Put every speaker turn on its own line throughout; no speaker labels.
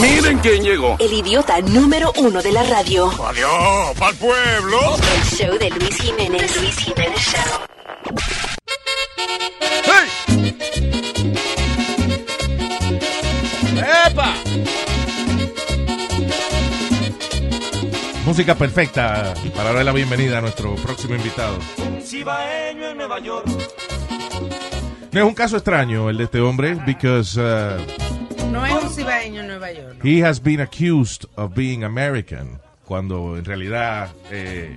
Miren quién llegó.
El idiota número uno de la radio.
Adiós, pa'l pueblo.
El show de Luis Jiménez. Luis Jiménez Show.
¡Hey! ¡Epa!
Música perfecta para darle la bienvenida a nuestro próximo invitado.
Cibaeño en Nueva York.
No es un caso extraño el de este hombre, because uh,
No es un cibaeño en Nueva York.
he has been accused of being American, cuando en realidad eh,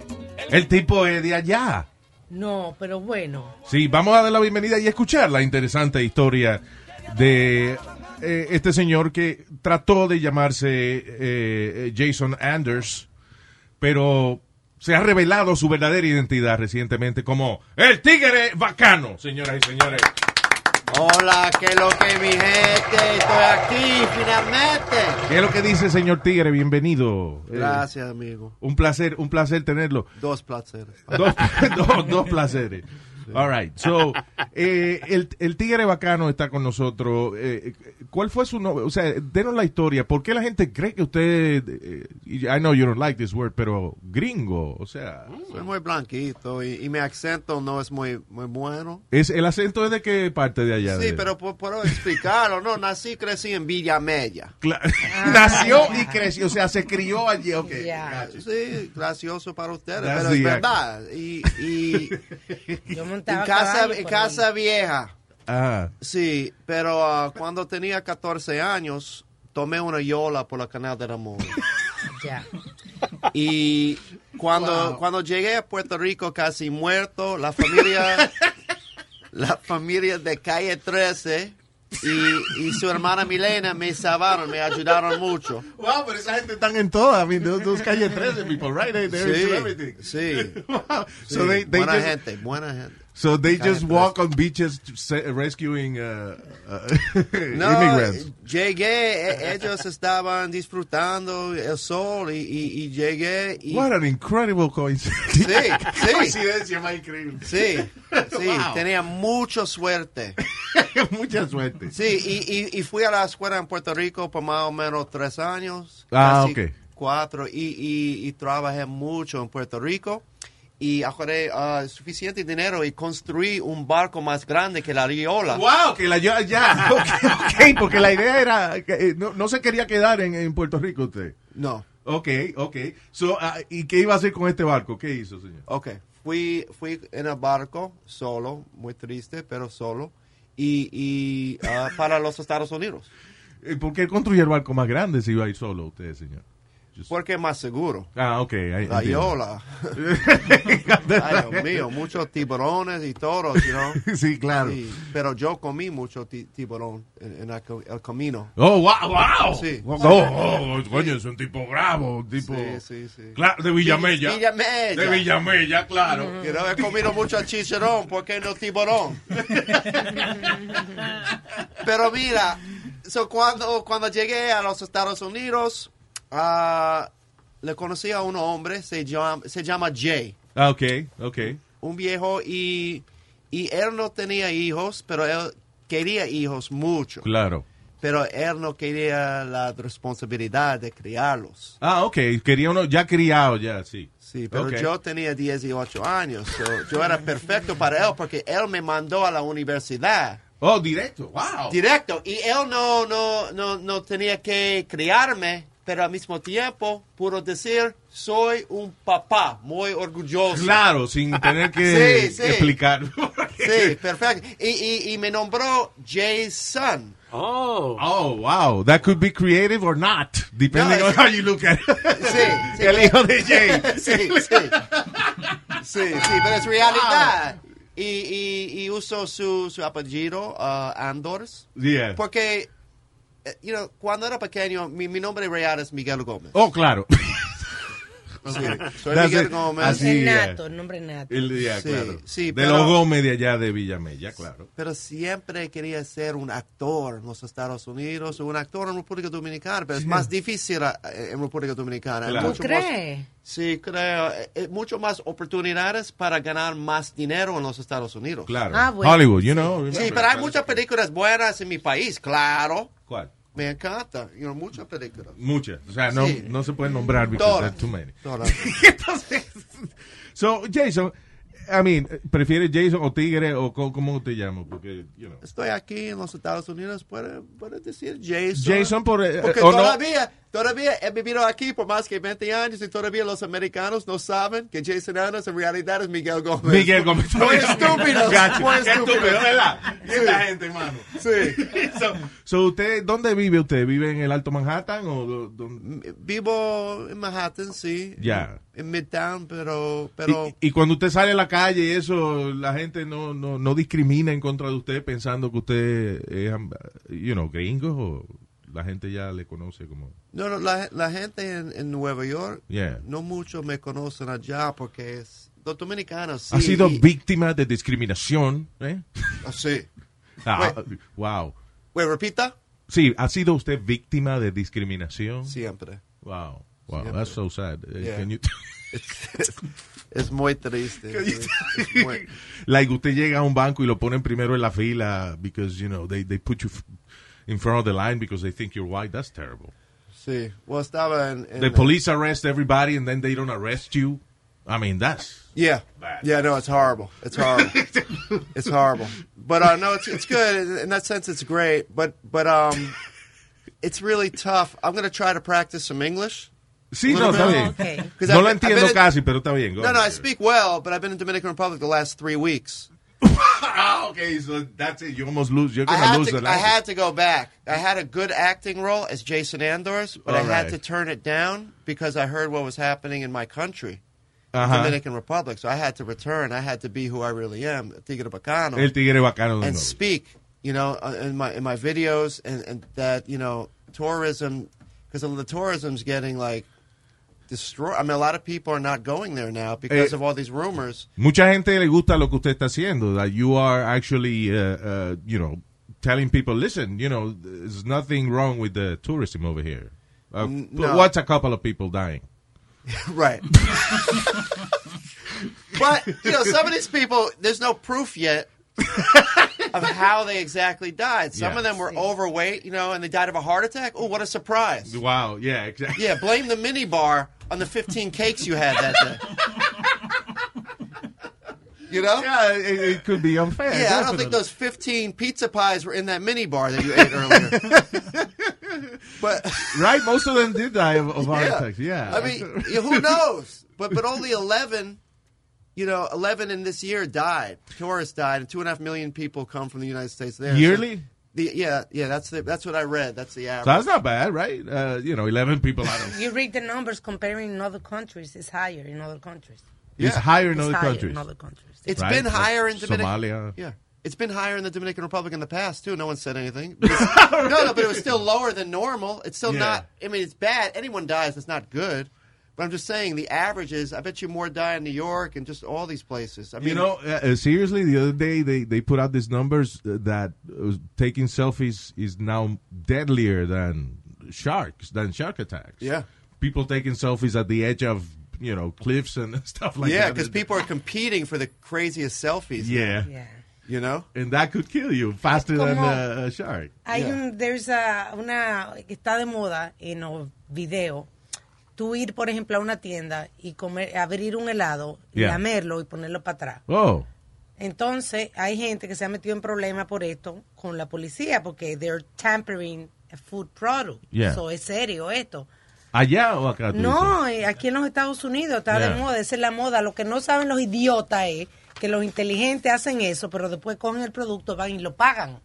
el tipo es de allá.
No, pero bueno.
Sí, vamos a dar la bienvenida y escuchar la interesante historia de eh, este señor que trató de llamarse eh, eh, Jason Anders, pero se ha revelado su verdadera identidad recientemente como el tigre bacano, señoras y señores.
Hola, que lo que mi gente, estoy aquí finalmente.
¿Qué es lo que dice señor tigre? Bienvenido. Eh,
Gracias, amigo.
un placer, un placer tenerlo.
Dos placeres.
Dos, dos, dos placeres. All right. So, eh, el, el Tigre Bacano está con nosotros. Eh, ¿Cuál fue su nombre? O sea, denos la historia. ¿Por qué la gente cree que usted. eh, I know you don't like this word, pero gringo. O sea,
Soy muy blanquito y, y mi acento no es muy, muy bueno.
¿es, ¿el acento es de qué parte de allá?
Sí,
De-
pero pu- puedo explicarlo, ¿no? Nací y crecí en Villa Mella.
Cla- Nació y creció. O sea, se crió allí. Ok.
Ya.
Sí, gracioso para ustedes,
That's
pero
the
es verdad. Y, y
Yo
en
montaba
casa,
caballo
en
por
casa
ahí.
vieja.
Ah,
Sí, pero ah, cuando tenía 14 años, tomé una yola por la canal de Ramón.
Ya.
Y cuando, cuando llegué a Puerto Rico casi muerto, la familia, la familia de calle 13 y, y su hermana Milena me salvaron, me ayudaron mucho.
Wow, pero esa gente están en todas. I mean, those, those calle 13 people, right? They, they do
Sí,
everything.
sí.
Wow. So
Sí,
they, they
buena
just-
gente, buena gente.
So they
Calle
just
13.
walk on beaches to se- rescuing uh, uh,
No,
immigrants.
llegué, e- ellos estaban disfrutando el sol y, y- y llegué y...
What an incredible coincidence.
Sí, sí,
coincidencia más increíble.
sí, sí,
Wow.
tenía mucha suerte.
Mucha suerte.
Sí, y, y, y fui a la escuela en Puerto Rico por más o menos tres años.
Ah,
casi
ok.
Cuatro, y, y, y trabajé mucho en Puerto Rico. Y ahorré ah, suficiente dinero y construí un barco más grande que la Riola.
Wow, que la ya, ya. Okay, ok, porque la idea era que, eh, no, no se quería quedar en, en Puerto Rico usted.
No,
Ok, ok. So, ah, ¿y qué iba a hacer con este barco? ¿Qué hizo, señor?
ok. Fui, fui en el barco solo, muy triste, pero solo. Y, y ah, para los Estados Unidos,
Eh, ¿Por qué construyó el barco más grande si iba a ir solo usted, señor? Just-
porque es más seguro.
Ah, ok. ahí
La
entiendo.
Riola. Ay, Dios mío, muchos tiburones y toros, you know.
sí, claro.
Sí, pero yo comí mucho ti- tiburón en, en el, co- el camino.
Oh, wow, wow.
Sí.
No, oh, coño, es un tipo bravo, un tipo.
Sí, sí, sí.
Cla- de Villamella.
Villamella.
De Villamella, claro.
Que no he comido mucho chicharrón, ¿por qué no tiburón? pero mira, so cuando, cuando llegué a los Estados Unidos, ah, le conocí a un hombre, se llama, se llama Jay.
Ah, ok, ok.
un viejo y, y él no tenía hijos, pero él quería hijos mucho.
Claro.
Pero él no quería la responsabilidad de criarlos.
Ah, ok. Quería uno ya criado, ya, sí.
Sí, pero
Ok.
yo tenía 18 años. so yo era perfecto para él porque él me mandó a la universidad
Oh, directo. Wow.
directo. Y él no, no, no, no tenía que criarme, pero al mismo tiempo pudo decir, soy un papá muy orgulloso.
Claro, sin tener que
Sí, sí.
explicar.
Sí, perfecto. Y, y, y me nombró Jason.
Oh, wow. That could be creative or not, depending
No,
on
es-
how you look at it.
Sí, sí.
El hijo de Jay.
sí, sí. Sí, sí, pero es realidad. Y, y, y uso su, su apellido, ah, uh, Andors,
Yeah.
porque eh, you know, cuando era pequeño, mi, mi nombre real es Miguel Gómez.
Oh, claro.
Sí, soy
That's
Miguel
it.
Gómez.
Así. Sí,
nato, el nombre nato.
El, ya,
Sí,
claro.
sí,
de
pero-
los Gómez de allá de Villamella, claro.
Pero siempre quería ser un actor en los Estados Unidos o un actor en República Dominicana, pero es más difícil eh, en República Dominicana.
Claro.
¿Tú
Mucho más-
crees?
sí, creo. eh, eh, Mucho más oportunidades para ganar más dinero en los Estados Unidos.
Claro.
Ah, bueno.
Hollywood, you know.
Sí,
remember.
pero hay muchas películas buenas en mi país, claro.
¿Cuál?
Me encanta. you know, muchas películas.
Muchas. O sea, no,
Sí.
no se pueden nombrar because
Todas.
there's too many.
Todas.
Entonces, so, Jason, I mean, ¿prefieres Jason o Tigre o co- cómo te llamo? Porque, you know.
Estoy aquí en los Estados Unidos, puedes puede decir Jason.
Jason por, eh,
Porque
eh, o no.
todavía, todavía he vivido aquí por más que 20 años y todavía los americanos no saben que Jason Adams en realidad es Miguel Gómez.
Miguel Gómez.
Muy Pues, estúpido.
Gacho.
Muy
Qué
estúpido.
¿verdad? Y esta gente, hermano.
Sí.
So, so, usted, ¿dónde vive usted? ¿Vive en el Alto Manhattan o do- dónde?
Vivo en Manhattan, sí.
Ya.
En Midtown, pero... pero
Y, y cuando usted sale a la calle y eso, la gente no, no, no discrimina en contra de usted pensando que usted es, am- you know, gringo o la gente ya le conoce como...
no, no, la, la gente en, en Nueva York,
Yeah.
no muchos me conocen allá porque es... Los dominicanos, sí.
Ha sido
y-
víctima de discriminación, ¿eh?
Ah, Sí.
Ah, wow.
Wait, repita.
Sí, ha sido usted víctima de discriminación.
Siempre.
Wow. Wow,
Siempre.
that's so sad. Eh,
Yeah.
can you-
Es muy triste. sí. Es muy-
like usted llega a un banco y lo ponen primero en la fila because you know they they put you f- in front of the line because they think you're white. That's terrible.
Sí. Well, estaba en... en
The police arrest everybody and then they don't arrest you. I mean, that's
Yeah. Yeah, no, it's horrible. It's horrible. it's horrible. But uh, no, it's it's good in, in that sense. It's great. But but um, it's really tough. I'm gonna try to practice some English.
sí, no está bien.
Okay.
No lo
I've been- I've
entiendo
been-
casi, pero está bien. Go
No, no, I
ahead.
speak well, but I've been in Dominican Republic the last three weeks.
Ah, okay, so that's it. You almost lose. You're
I
gonna
had,
lose
to,
the
I
last-
had to go back. I had a good acting role as Jason Andors, but I
All
had
right.
to turn it down because I heard what was happening in my country,
Ajá.
Dominican Republic. So I had to return. I had to be who I really am, Tigre Bacano.
El tigre bacano. de
and
nuevo.
speak, you know, uh, in my in my videos and, and that you know tourism because the tourism's getting like destroyed. I mean, a lot of people are not going there now because
Eh.
of all these rumors.
Mucha gente le gusta lo que usted está haciendo. That you are actually, uh, uh, you know, telling people, listen, you know, there's nothing wrong with the tourism over here. Uh,
Mm,
but
no.
What's a couple of people dying?
right. but you know, some of these people, there's no proof yet. of how they exactly died. Some
Yeah.
of them were overweight, you know, and they died of a heart attack. Oh, what a surprise.
Wow, yeah, exactly.
Yeah, blame the minibar on the 15 cakes you had that day. you know?
Yeah, it, it could be unfair.
Yeah, I don't think
definitely.
those 15 pizza pies were in that minibar that you ate earlier. but
Right, most of them did die of, of heart
yeah.
attacks. Yeah,
I mean, yeah, who knows? But but only 11, you know, 11 in this year died. Tourists died, and two and a half million people come from the United States there. So
Yearly?
the, yeah, yeah, that's the, that's what I read. That's the average.
so that's not bad, right? Uh, you know, eleven people out of
You read the numbers comparing in other countries. It's higher in other countries.
it's higher in
It's
other
higher
countries.
In other countries.
It's
Right?
been
Like
higher in Dominican
Somalia.
Yeah, it's been higher in the Dominican Republic in the past too. No one said anything. But it's- no, no, but it was still lower than normal. It's still
Yeah.
not. I mean, it's bad. Anyone dies. That's not good. But I'm just saying the averages. I bet you more die in New York and just all these places. I mean,
You know, uh, uh, seriously, the other day they, they put out these numbers uh, that uh, taking selfies is now deadlier than sharks, than shark attacks.
Yeah.
People taking selfies at the edge of, you know, cliffs and stuff like
yeah,
that.
because people are competing for the craziest selfies.
Yeah.
Yeah.
you know.
And that could kill you faster than uh, a shark.
Hay
Yeah.
un, there's a, una que está de moda en los videos. Tú ir, por ejemplo, a una tienda y comer, abrir un helado,
Yeah.
lamerlo y ponerlo para atrás.
Oh.
Entonces, hay gente que se ha metido en problemas por esto con la policía porque they're tampering a food product.
Yeah.
So, es serio esto.
Allá o acá. tú dices?
No, eh, aquí en los Estados Unidos está
Yeah.
de moda, esa es la moda. Lo que no saben los idiotas es que los inteligentes hacen eso, pero después cogen el producto, van y lo pagan.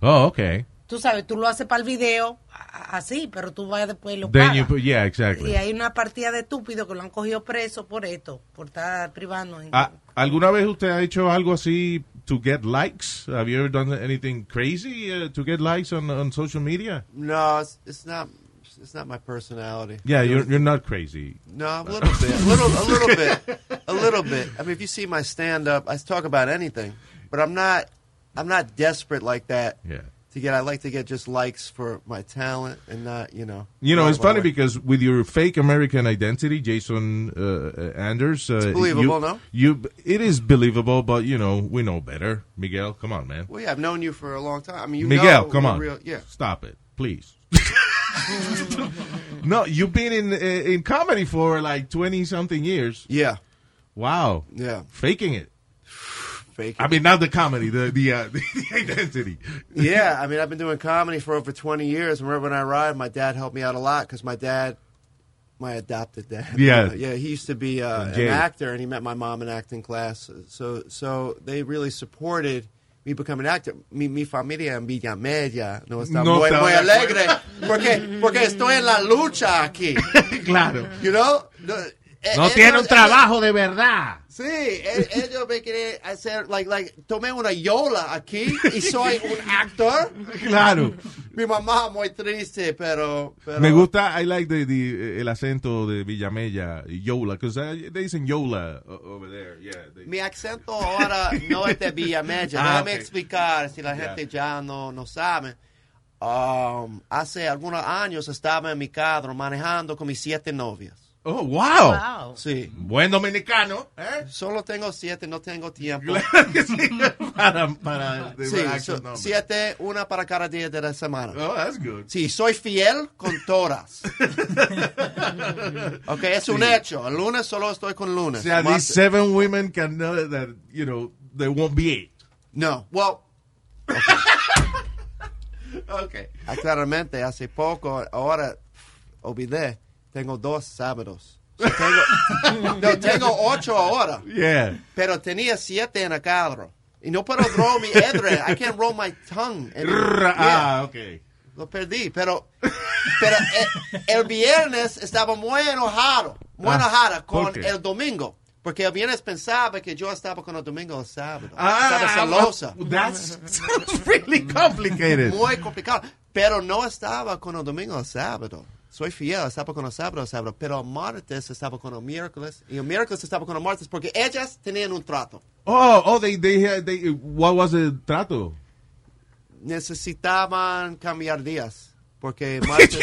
Oh, okay.
Tú sabes, tú lo haces para el video, a- a- así, pero tú vas después y lo
Then
pagas.
you put, yeah, exactly.
Y hay una partida de estúpidos que lo han cogido preso por esto, por estar privando. en-
Ah, ¿Alguna vez usted ha hecho algo así to get likes? Have you ever done anything crazy uh, to get likes on, on social media?
No, it's, it's not. It's not my personality.
Yeah, you're, you're not crazy.
No, a little bit, a little, a little bit, a little bit. I mean, if you see my stand up, I talk about anything, but I'm not, I'm not desperate like that.
Yeah.
To get, I like to get just likes for my talent and not, you know.
You know,
not
it's
what I
funny
like.
because with your fake American identity, Jason uh, uh, Anders, uh,
believable,
you,
no?
You, it is believable, but you know, we know better. Miguel, come on, man.
Well, yeah, I've known you for a long time. I mean, you
Miguel,
know
come
you're
on,
real- yeah.
stop it, please. no, you've been in uh, in comedy for like twenty something years.
Yeah.
Wow,
Yeah.
faking it.
Fake.
I mean, not the comedy, the the, uh, the identity.
yeah, I mean, I've been doing comedy for over 20 years. I remember when I arrived, my dad helped me out a lot because my dad, my adopted dad.
Yeah.
yeah, he used to be uh,
Gay.
an actor, and he met my mom in acting class. So, so they really supported me becoming an actor. Mi, mi familia en Villa Media no está
No
muy,
está
muy
de
alegre porque, porque estoy en la lucha aquí.
claro.
You know? No, eh,
No
ellos-
tiene un
ellos-
trabajo de verdad.
Sí, e- ellos me quieren hacer, like, like, tomé una yola aquí y soy un actor.
Claro.
Mi mamá muy triste, pero... pero-
Me gusta, I like the, the, el acento de Villamella, Yola, because they dicen Yola o- over there. Yeah, they-
Mi acento ahora no es de Villamella.
Ah,
Déjame
ok.
explicar si la gente ya no, no sabe. Um, hace algunos años estaba en mi carro manejando con mis siete novias.
Oh, wow.
Wow.
Sí.
Buen dominicano. ¿eh?
Solo tengo siete, no tengo tiempo.
Claro que sí. para, para the
Sí,
actual
so-
number.
siete, una para cada día de la semana.
Oh, that's good.
Sí, soy fiel con todas. ok, es un hecho. El lunes solo estoy con lunes.
O sea, these
Martes-
seven women can know that, you know, they won't be eight.
No, well. Okay. Ah, Claramente, hace poco, ahora olvidé, tengo dos sábados. So, tengo, no, tengo ocho ahora,
Yeah.
pero tenía siete en el carro. Y no puedo roll mi edre. I can't roll my tongue. anymore. Yeah.
Ah, okay.
Lo perdí, pero, pero el, el viernes estaba muy enojado, muy
Ah,
enojada con
¿por qué?
el domingo. Porque el viernes pensaba que yo estaba con el domingo el sábado.
Ah,
estaba celosa.
That's sounds oh. really complicated.
Muy complicado. Pero no estaba con el domingo el sábado. Soy fiel, estaba con el sábado el sábado. Pero el martes estaba con el miércoles. Y el miércoles estaba con el martes porque ellas tenían un trato.
Oh, oh, they, they, had- they, what was the trato?
Necesitaban cambiar días. Porque martes...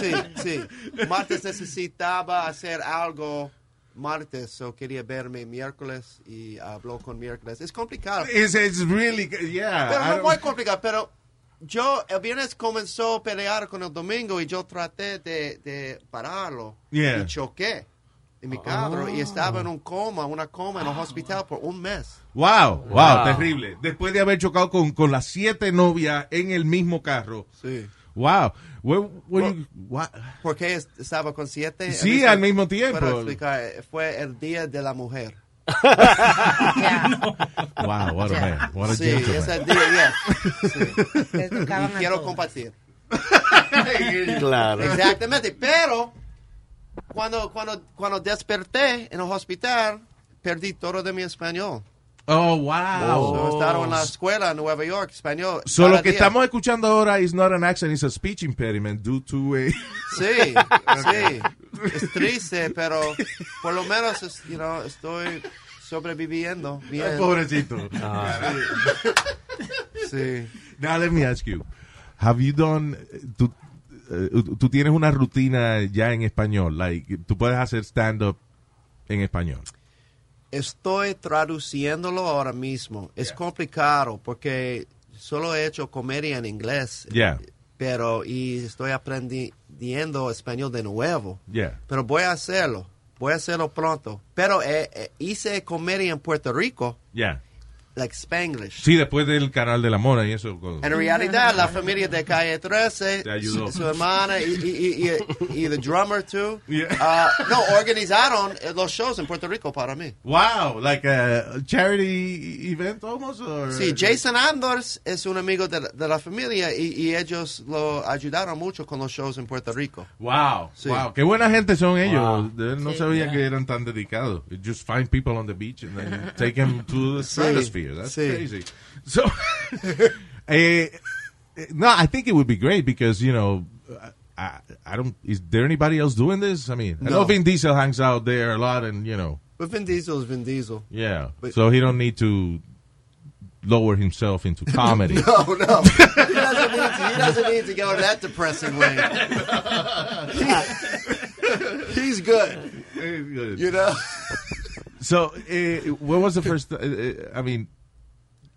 Sí, sí. Martes necesitaba hacer algo martes, so quería verme miércoles y habló con miércoles. Es complicado.
It's, it's really, yeah. I
Pero no
don't-
muy complicado, pero yo el viernes comenzó a pelear con el domingo y yo traté de, de pararlo
Yeah.
y choqué en mi carro y estaba en un coma, una coma en el hospital por un mes.
Wow, wow, terrible. Después de haber chocado con, con las siete novias en el mismo carro.
Sí.
Wow. Where- where you- what?
Porque estaba con siete.
Sí, al mismo tiempo.
Para explicar, eh, fue el día de la mujer.
Yeah.
Wow, what a man. What a
Sí,
gentleman.
ese día, yeah. Sí.
Les tocaban a
quiero
todos.
compartir.
Claro.
Exactamente, pero cuando, cuando, cuando desperté en el hospital, perdí todo de mi español.
Oh, wow.
So, estaba en la escuela en Nueva York, español.
So lo
cada
que
día.
estamos escuchando ahora is not an accent, it's a speech impediment due to a...
Sí, sí. Es triste, pero por lo menos es- you know, estoy sobreviviendo bien.
Pobrecito.
Sí.
Now let me ask you, have you done, tú, eh, tú tienes una rutina ya en español, like, tú puedes hacer stand-up en español.
Estoy traduciéndolo ahora mismo. Es complicado porque solo he hecho comedia en inglés.
Yeah.
Pero y estoy aprendiendo español de nuevo.
Yeah.
Pero voy a hacerlo. Voy a hacerlo pronto. Pero eh, eh, hice comedia en Puerto Rico
Yeah.
like Spanglish.
Sí, después del canal de la mona y eso. con-
En realidad, la familia de Calle 13,
Te ayudó.
su, su hermana y, y, y- y- y the drummer too,
Yeah.
ah, no, organizaron eh, los shows en Puerto Rico para mí.
Wow, like a charity event almost? or-
Sí, Jason Anders es un amigo de, la- de la familia y, y ellos lo ayudaron mucho con los shows en Puerto Rico.
Wow,
Sí.
wow, qué buena gente son ellos.
Wow.
De verdad, No sabía que eran tan dedicados. You just find people on the beach and then take them to the stratosphere. That's
sí.
crazy. So, eh, eh, no, I think it would be great because you know, I, I don't. Is there anybody else doing this? I mean, I know
No.
Vin Diesel hangs out there a lot, and you know,
But Vin Diesel is Vin Diesel.
yeah.
But-
so he don't need to lower himself into comedy.
Oh no, he doesn't need to, he doesn't need to go that depressing way. He's good,
Eh,
you know.
So, eh, when was the first? eh, eh, I mean,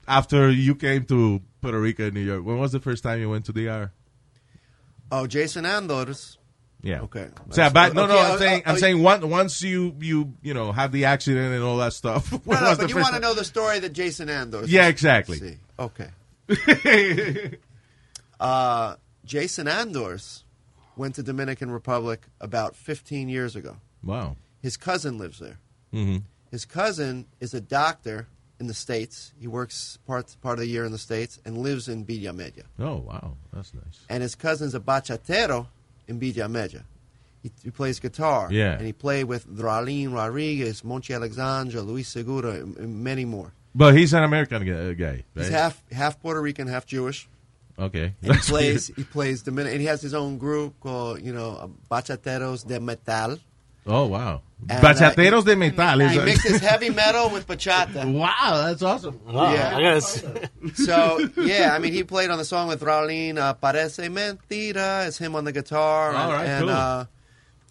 after you came to Puerto Rico and New York, when was the first time you went to DR?
Oh, Jason Anders.
Yeah.
Okay.
So, but, no, no.
Okay,
I'm
uh,
saying, I'm
uh,
saying, once, once you, you, you know, have the accident and all that stuff.
No,
when
no,
was
but
the
you
first
want to know the story that Jason Anders.
Yeah, exactly.
See. Okay. uh, Jason Anders went to Dominican Republic about 15 years ago.
Wow.
His cousin lives there.
hmm
His cousin is a doctor in the states. He works part part of the year in the states and lives in Villa Media.
Oh, wow. That's nice.
And his cousin's a bachatero in Villa Media. He, he plays guitar.
Yeah.
And he played with Raulín Rodriguez, Monchi Alexandra, Luis Segura, and, and many more.
But he's an American gu- uh, guy, right?
He's half half Puerto Rican, half Jewish.
Okay.
And he
That's
plays
weird.
he plays Dominican, and he has his own group called you know Bachateros de Metal.
Oh, wow.
And, uh,
Bachateros de metal.
He
is a-
mixes heavy metal with bachata.
wow, that's awesome.
Wow,
Yeah.
I gotta s-
So yeah, I mean he played on the song with Raulín uh, Parece Mentira. It's him on the guitar.
All right,
and,
cool.
uh,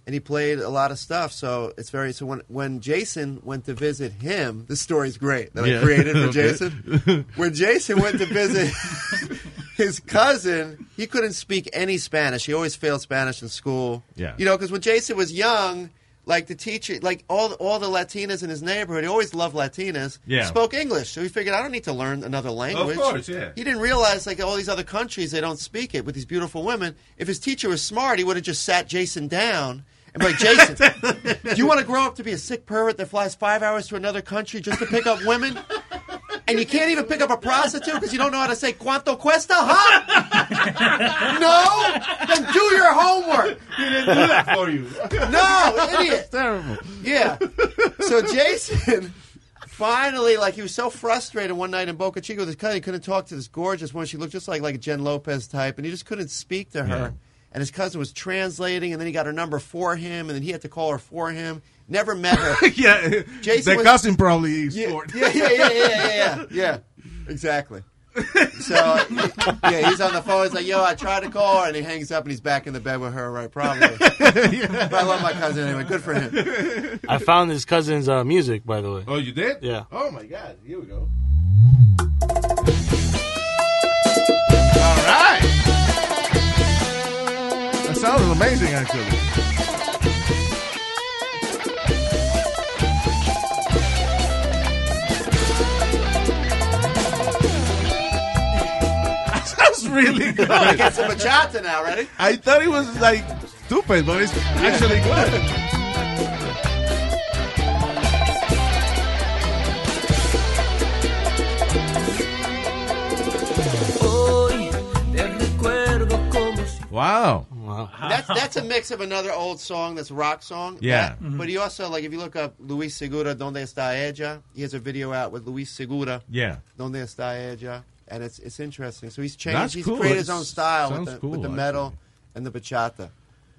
and he played a lot of stuff, so it's very. So when when Jason went to visit him, this story's great that
Yeah.
I created for
Okay.
Jason. when Jason went to visit his cousin, he couldn't speak any Spanish. He always failed Spanish in school.
Yeah.
you know, because when Jason was young. Like the teacher, like all all the Latinas in his neighborhood, he always loved Latinas.
Yeah.
spoke English, so he figured I don't need to learn another language.
course, yeah.
He didn't realize like all these other countries they don't speak it with these beautiful women. If his teacher was smart, he would have just sat Jason down and be like, Jason, do you want to grow up to be a sick pervert that flies five hours to another country just to pick up women? And you can't even pick up a prostitute because you don't know how to say cuánto cuesta, huh? no? Then do your homework.
He didn't do that for you.
No, idiot.
Terrible.
Yeah. So Jason finally, like, he was so frustrated one night in Boca Chica with his cousin. He couldn't talk to this gorgeous woman. She looked just like like a Jen Lopez type, and he just couldn't speak to her.
Yeah.
And his cousin was translating, and then he got her number for him, and then he had to call her for him. Never met her.
yeah,
Jason
the
was-
cousin probably
yeah,
scored.
yeah, yeah, yeah, yeah, yeah, yeah. Exactly. So yeah, he's on the phone. He's like, "Yo, I tried to call her," and he hangs up, and he's back in the bed with her, right? Probably. But I love my cousin anyway. Good for him.
I found his cousin's uh, music, by the way.
Oh, you did?
Yeah.
Oh my God! Here we go.
All right.
That sounded amazing, actually. That sounds really
I
good.
got some bachata now, ready?
I thought it was like stupid, but it's actually good.
Hoy te recuerdo como si
Wow.
That's that's a mix of another old song that's a rock song.
Yeah. Mm-hmm.
That- But he also like if you look up Luis Segura, Donde está ella? He has a video out with Luis Segura,
Yeah.
Donde está ella? And it's it's interesting. So he's changed.
That's
he's
cool.
created his
That's-
own style with
sounds
the,
cool,
with the
actually.
metal and the bachata.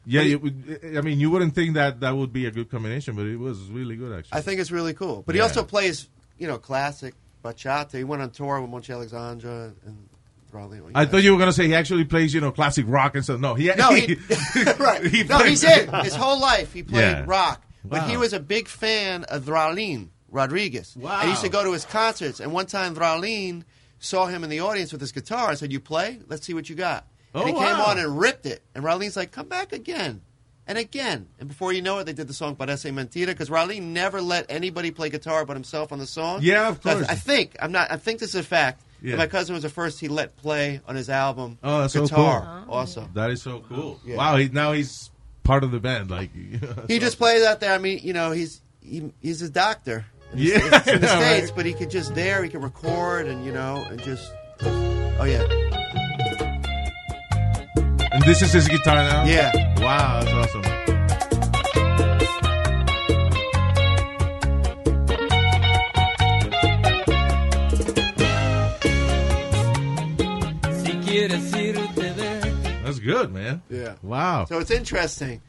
Yeah, you, would- I mean, you wouldn't think that that would be a good combination, but it was really good, actually.
I think it's really cool. But he
Yeah.
also plays you know classic bachata. He went on tour with Monchi Alexandra and. Probably,
I thought you were gonna say he actually plays, you know, classic rock and stuff. No, he
No, he, right.
he
no, he
plays-
did. His whole life he played
Yeah.
rock. But
Wow.
he was a big fan of Raulín Rodriguez.
Wow.
And he used to go to his concerts. And one time Raulín saw him in the audience with his guitar and said, You play? Let's see what you got.
Oh,
and he came
wow.
on and ripped it. And Raulín's like, Come back again. and again. And before you know it, they did the song Parece Mentira because Raulín never let anybody play guitar but himself on the song.
Yeah, of
So I-
course.
I, think I'm not. I think this is a fact. that
Yeah.
My cousin was the first he let play on his album.
Oh, that's so
guitar
cool.
Also,
That is so cool.
Yeah.
Wow, he, now he's part of the band. Like,
he just plays out there. I mean, you know, he's he, he's a doctor. in the
Yeah,
States- in the
I know, right?
states, but he could just there. He could record and you know and just. Oh yeah,
and this is his guitar now.
yeah.
Wow, that's awesome.
Si quieres irte, ve.
That's good, man.
Yeah.
Wow.
So it's interesting.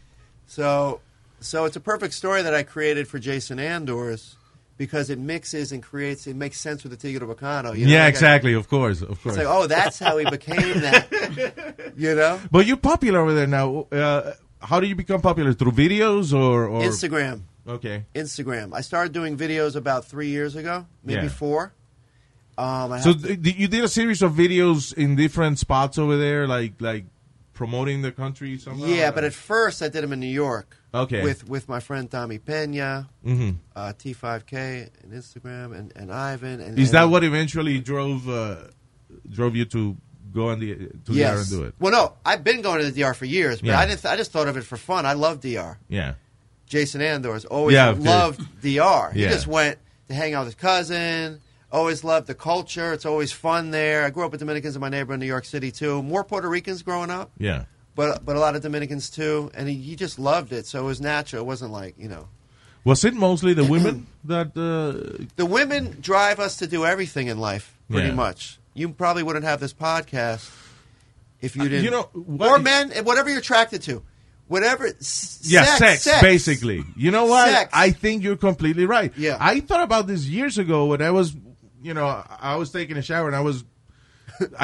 So so it's a perfect story that I created for Jason Andors because it mixes and creates it makes sense with the Tigre Bacano. You know?
yeah,
Like, I-
exactly. of course, of course.
it's like, oh, that's how he became that. you know?
But you're popular over there now. Uh, how do you become popular through videos or, or
Instagram.
Okay.
Instagram. I started doing videos about three years ago, maybe
Yeah.
four. Um, I
So
have-
th- th- you did a series of videos in different spots over there, like like promoting the country. Somehow,
yeah, but at first I did them in New York.
Okay.
With with my friend Tommy Pena,
Mhm.
uh, T5K, and Instagram, and, and Ivan. And,
is
and-
that what eventually drove uh, drove you to go on the to the air and do it?
Well, no, I've been going to the DR for years, but
Yeah.
I didn't. I just thought of it for fun. I love DR.
Yeah.
Jason Andor's always
Yeah, of
loved DR. He
Yeah.
just went to hang out with his cousin. Always loved the culture. It's always fun there. I grew up with Dominicans in my neighborhood in New York City too. More Puerto Ricans growing up,
Yeah.
but but a lot of Dominicans too. And he, he just loved it, so it was natural. It wasn't like you know.
Was it mostly the women that? Uh,
The women drive us to do everything in life, pretty
Yeah.
much. You probably wouldn't have this podcast if you
Uh,
didn't.
you know, what-
or men, and whatever you're attracted to, whatever. s-
yeah, sex, basically. You know what?
Sex.
I think you're completely right.
Yeah.
I thought about this years ago when I was, you know, I- I was taking a shower and I was,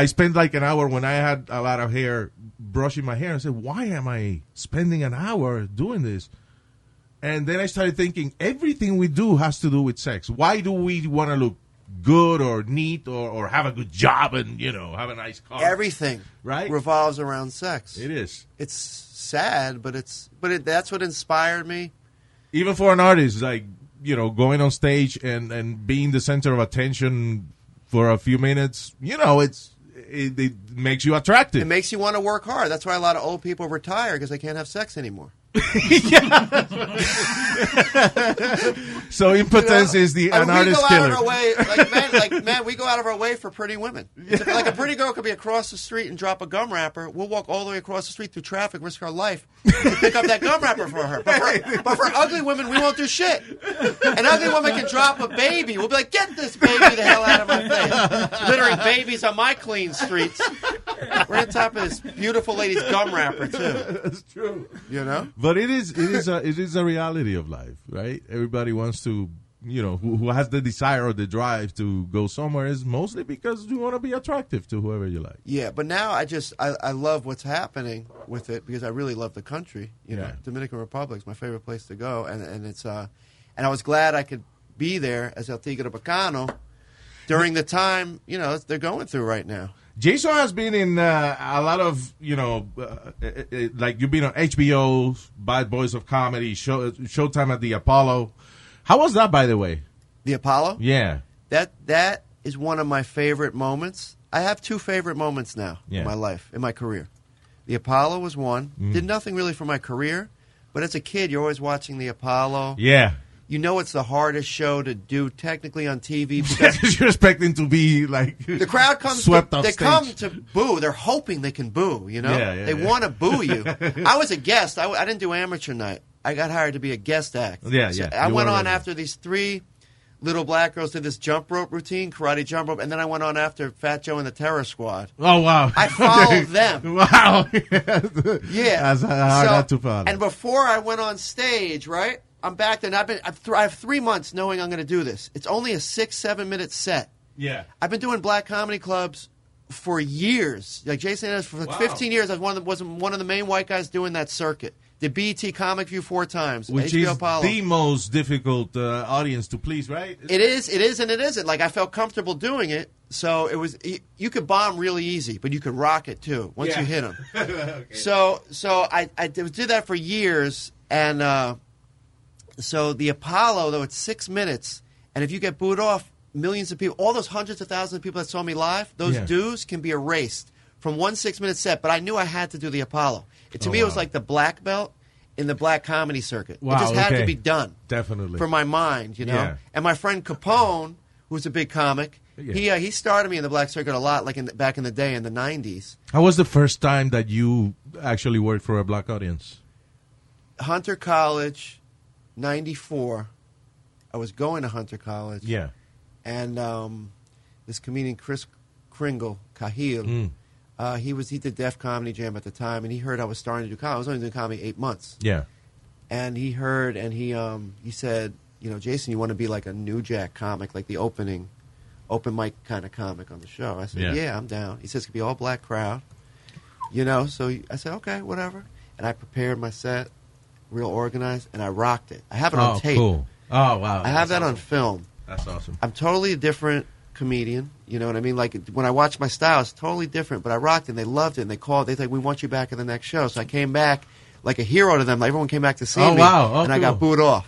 I spent like an hour when I had a lot of hair brushing my hair and said, why am I spending an hour doing this? And then I started thinking, everything we do has to do with sex. Why do we want to look good or neat or, or have a good job and, you know, have a nice car?
Everything
Right.
revolves around sex.
It is.
It's sad, but it's but it, that's what inspired me.
even for an artist, like you know, going on stage and and being the center of attention for a few minutes, you know, it's it, it makes you
It
attractive.
makes you want to work hard. That's why a lot of old people retire because they can't have sex anymore.
so impotence is the
I
an
mean, we
artist
go out
killer.
of our way, like man, like man, we go out of our way for pretty women. It's like a pretty girl could be across the street and drop a gum wrapper. We'll walk all the way across the street through traffic, risk our life to pick up that gum wrapper for her. But for, but for ugly women, we won't do shit. An ugly woman can drop a baby. We'll be like, get this baby the hell out of my face. Littering babies on my clean streets. We're on top of this beautiful lady's gum wrapper too.
That's true.
You know.
But it is it is a it is a reality of life, right? Everybody wants to. You know, who, who has the desire or the drive to go somewhere is mostly because you want to be attractive to whoever you like.
Yeah, but now I just I, I love what's happening with it because I really love the country. You know,
Yeah.
Dominican Republic's my favorite place to go, and and it's uh, and I was glad I could be there as El Tigre Bacano during the time you know they're going through right now.
Jason has been in uh, a lot of, you know, uh, uh, uh, like you've been on HBO, Bad Boys of Comedy, show, uh, Showtime at the Apollo. How was that, by the way?
The Apollo
Yeah.
that that is one of my favorite moments. I have two favorite moments now
Yeah. Mm.
in my life in my career. The Apollo was one. Did nothing really for my career, but as a kid, you're always watching the Apollo.
Yeah.
You know it's the hardest show to do technically on TV because
You're expecting to be like.
The crowd comes.
Swept
to,
off
they
stage.
come to boo. They're hoping they can boo. You know,
Yeah, yeah,
they
yeah.
want to boo you. I was a guest. I, w- I didn't do amateur night. I got hired to be a guest act.
Yeah,
So
yeah.
I
You
went
were
on
already.
after these three little black girls did this jump rope routine, karate jump rope, and then I went on after Fat Joe and the Terror Squad.
Oh, wow.
I followed them.
Wow.
Yeah,
That's hard
So-
not to follow.
And before I went on stage, right? I'm back there. And I've been. I've th- I have three months knowing I'm going to do this. It's only a six, seven minute set.
yeah.
I've been doing black comedy clubs for years. Like Jason Anderson, for like
Wow.
15 years, I was one, of the, was one of the main white guys doing that circuit. Did BT Comic View four times.
Which
HBO
is
Apollo.
the most difficult uh, audience to please, right?
It is, it is, and it isn't. Like I felt comfortable doing it, So it was you, you could bomb really easy, but you could rock it too once you
Yeah.
hit them. So so I, I did did that for years, and uh, so the Apollo though it's six minutes, and if you get booed off, millions of people, all those hundreds of thousands of people that saw me live, those
Yeah.
dues can be erased from one six minute set. But I knew I had to do the Apollo. It, to
Oh,
me, it was
wow.
like the black belt in the black comedy circuit.
Wow,
it just had
okay.
to be done
Definitely.
for my mind, you know.
Yeah.
And my friend Capone, who's a big comic,
Yeah.
he uh, he started me in the black circuit a lot, like in the, back in the day in the '90s.
How was the first time that you actually worked for a black audience?
Hunter College, '94. I was going to Hunter College.
Yeah.
And um, this comedian Chris Kringle Cahill,
Mm.
uh, he was he did Def Comedy Jam at the time, and he heard I was starting to do comedy. I was only doing comedy eight months.
Yeah.
and he heard and he um he said, you know, Jason, you want to be like a New Jack comic, like the opening, open mic kind of comic on the show. I said,
Yeah.
yeah, I'm down. He says it could be all black crowd, you know. So I said, okay, whatever. And I prepared my set, real organized, and I rocked it. I have it on
oh,
tape.
cool. Oh, wow.
I have
That's
that on
awesome.
film.
That's awesome.
I'm totally a different comedian. You know what I mean? Like when I watch my style, it's totally different. But I rocked and they loved it. And they called. They like, we want you back at the next show. So I came back like a hero to them. Like, everyone came back to see
Oh,
me.
wow. Oh,
and I got
cool.
booed off.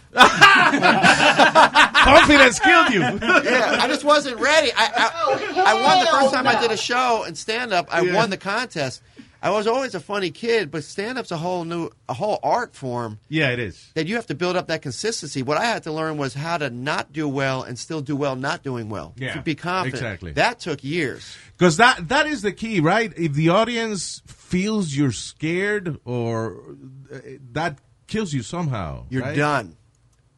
Confidence killed you.
yeah, I just wasn't ready. I I, Oh, I won the first time I did a show in stand up. I
Yeah.
won the contest. I was always a funny kid, but stand up's a whole new a whole art form
yeah, it is.
that you have to build up that consistency. What I had to learn was how to not do well and still do well, not doing well.
Yeah,
to be confident.
exactly.
That took years.
Because that that is the key, right? If the audience feels you're scared, or uh, that kills you somehow,
You're
right?
done.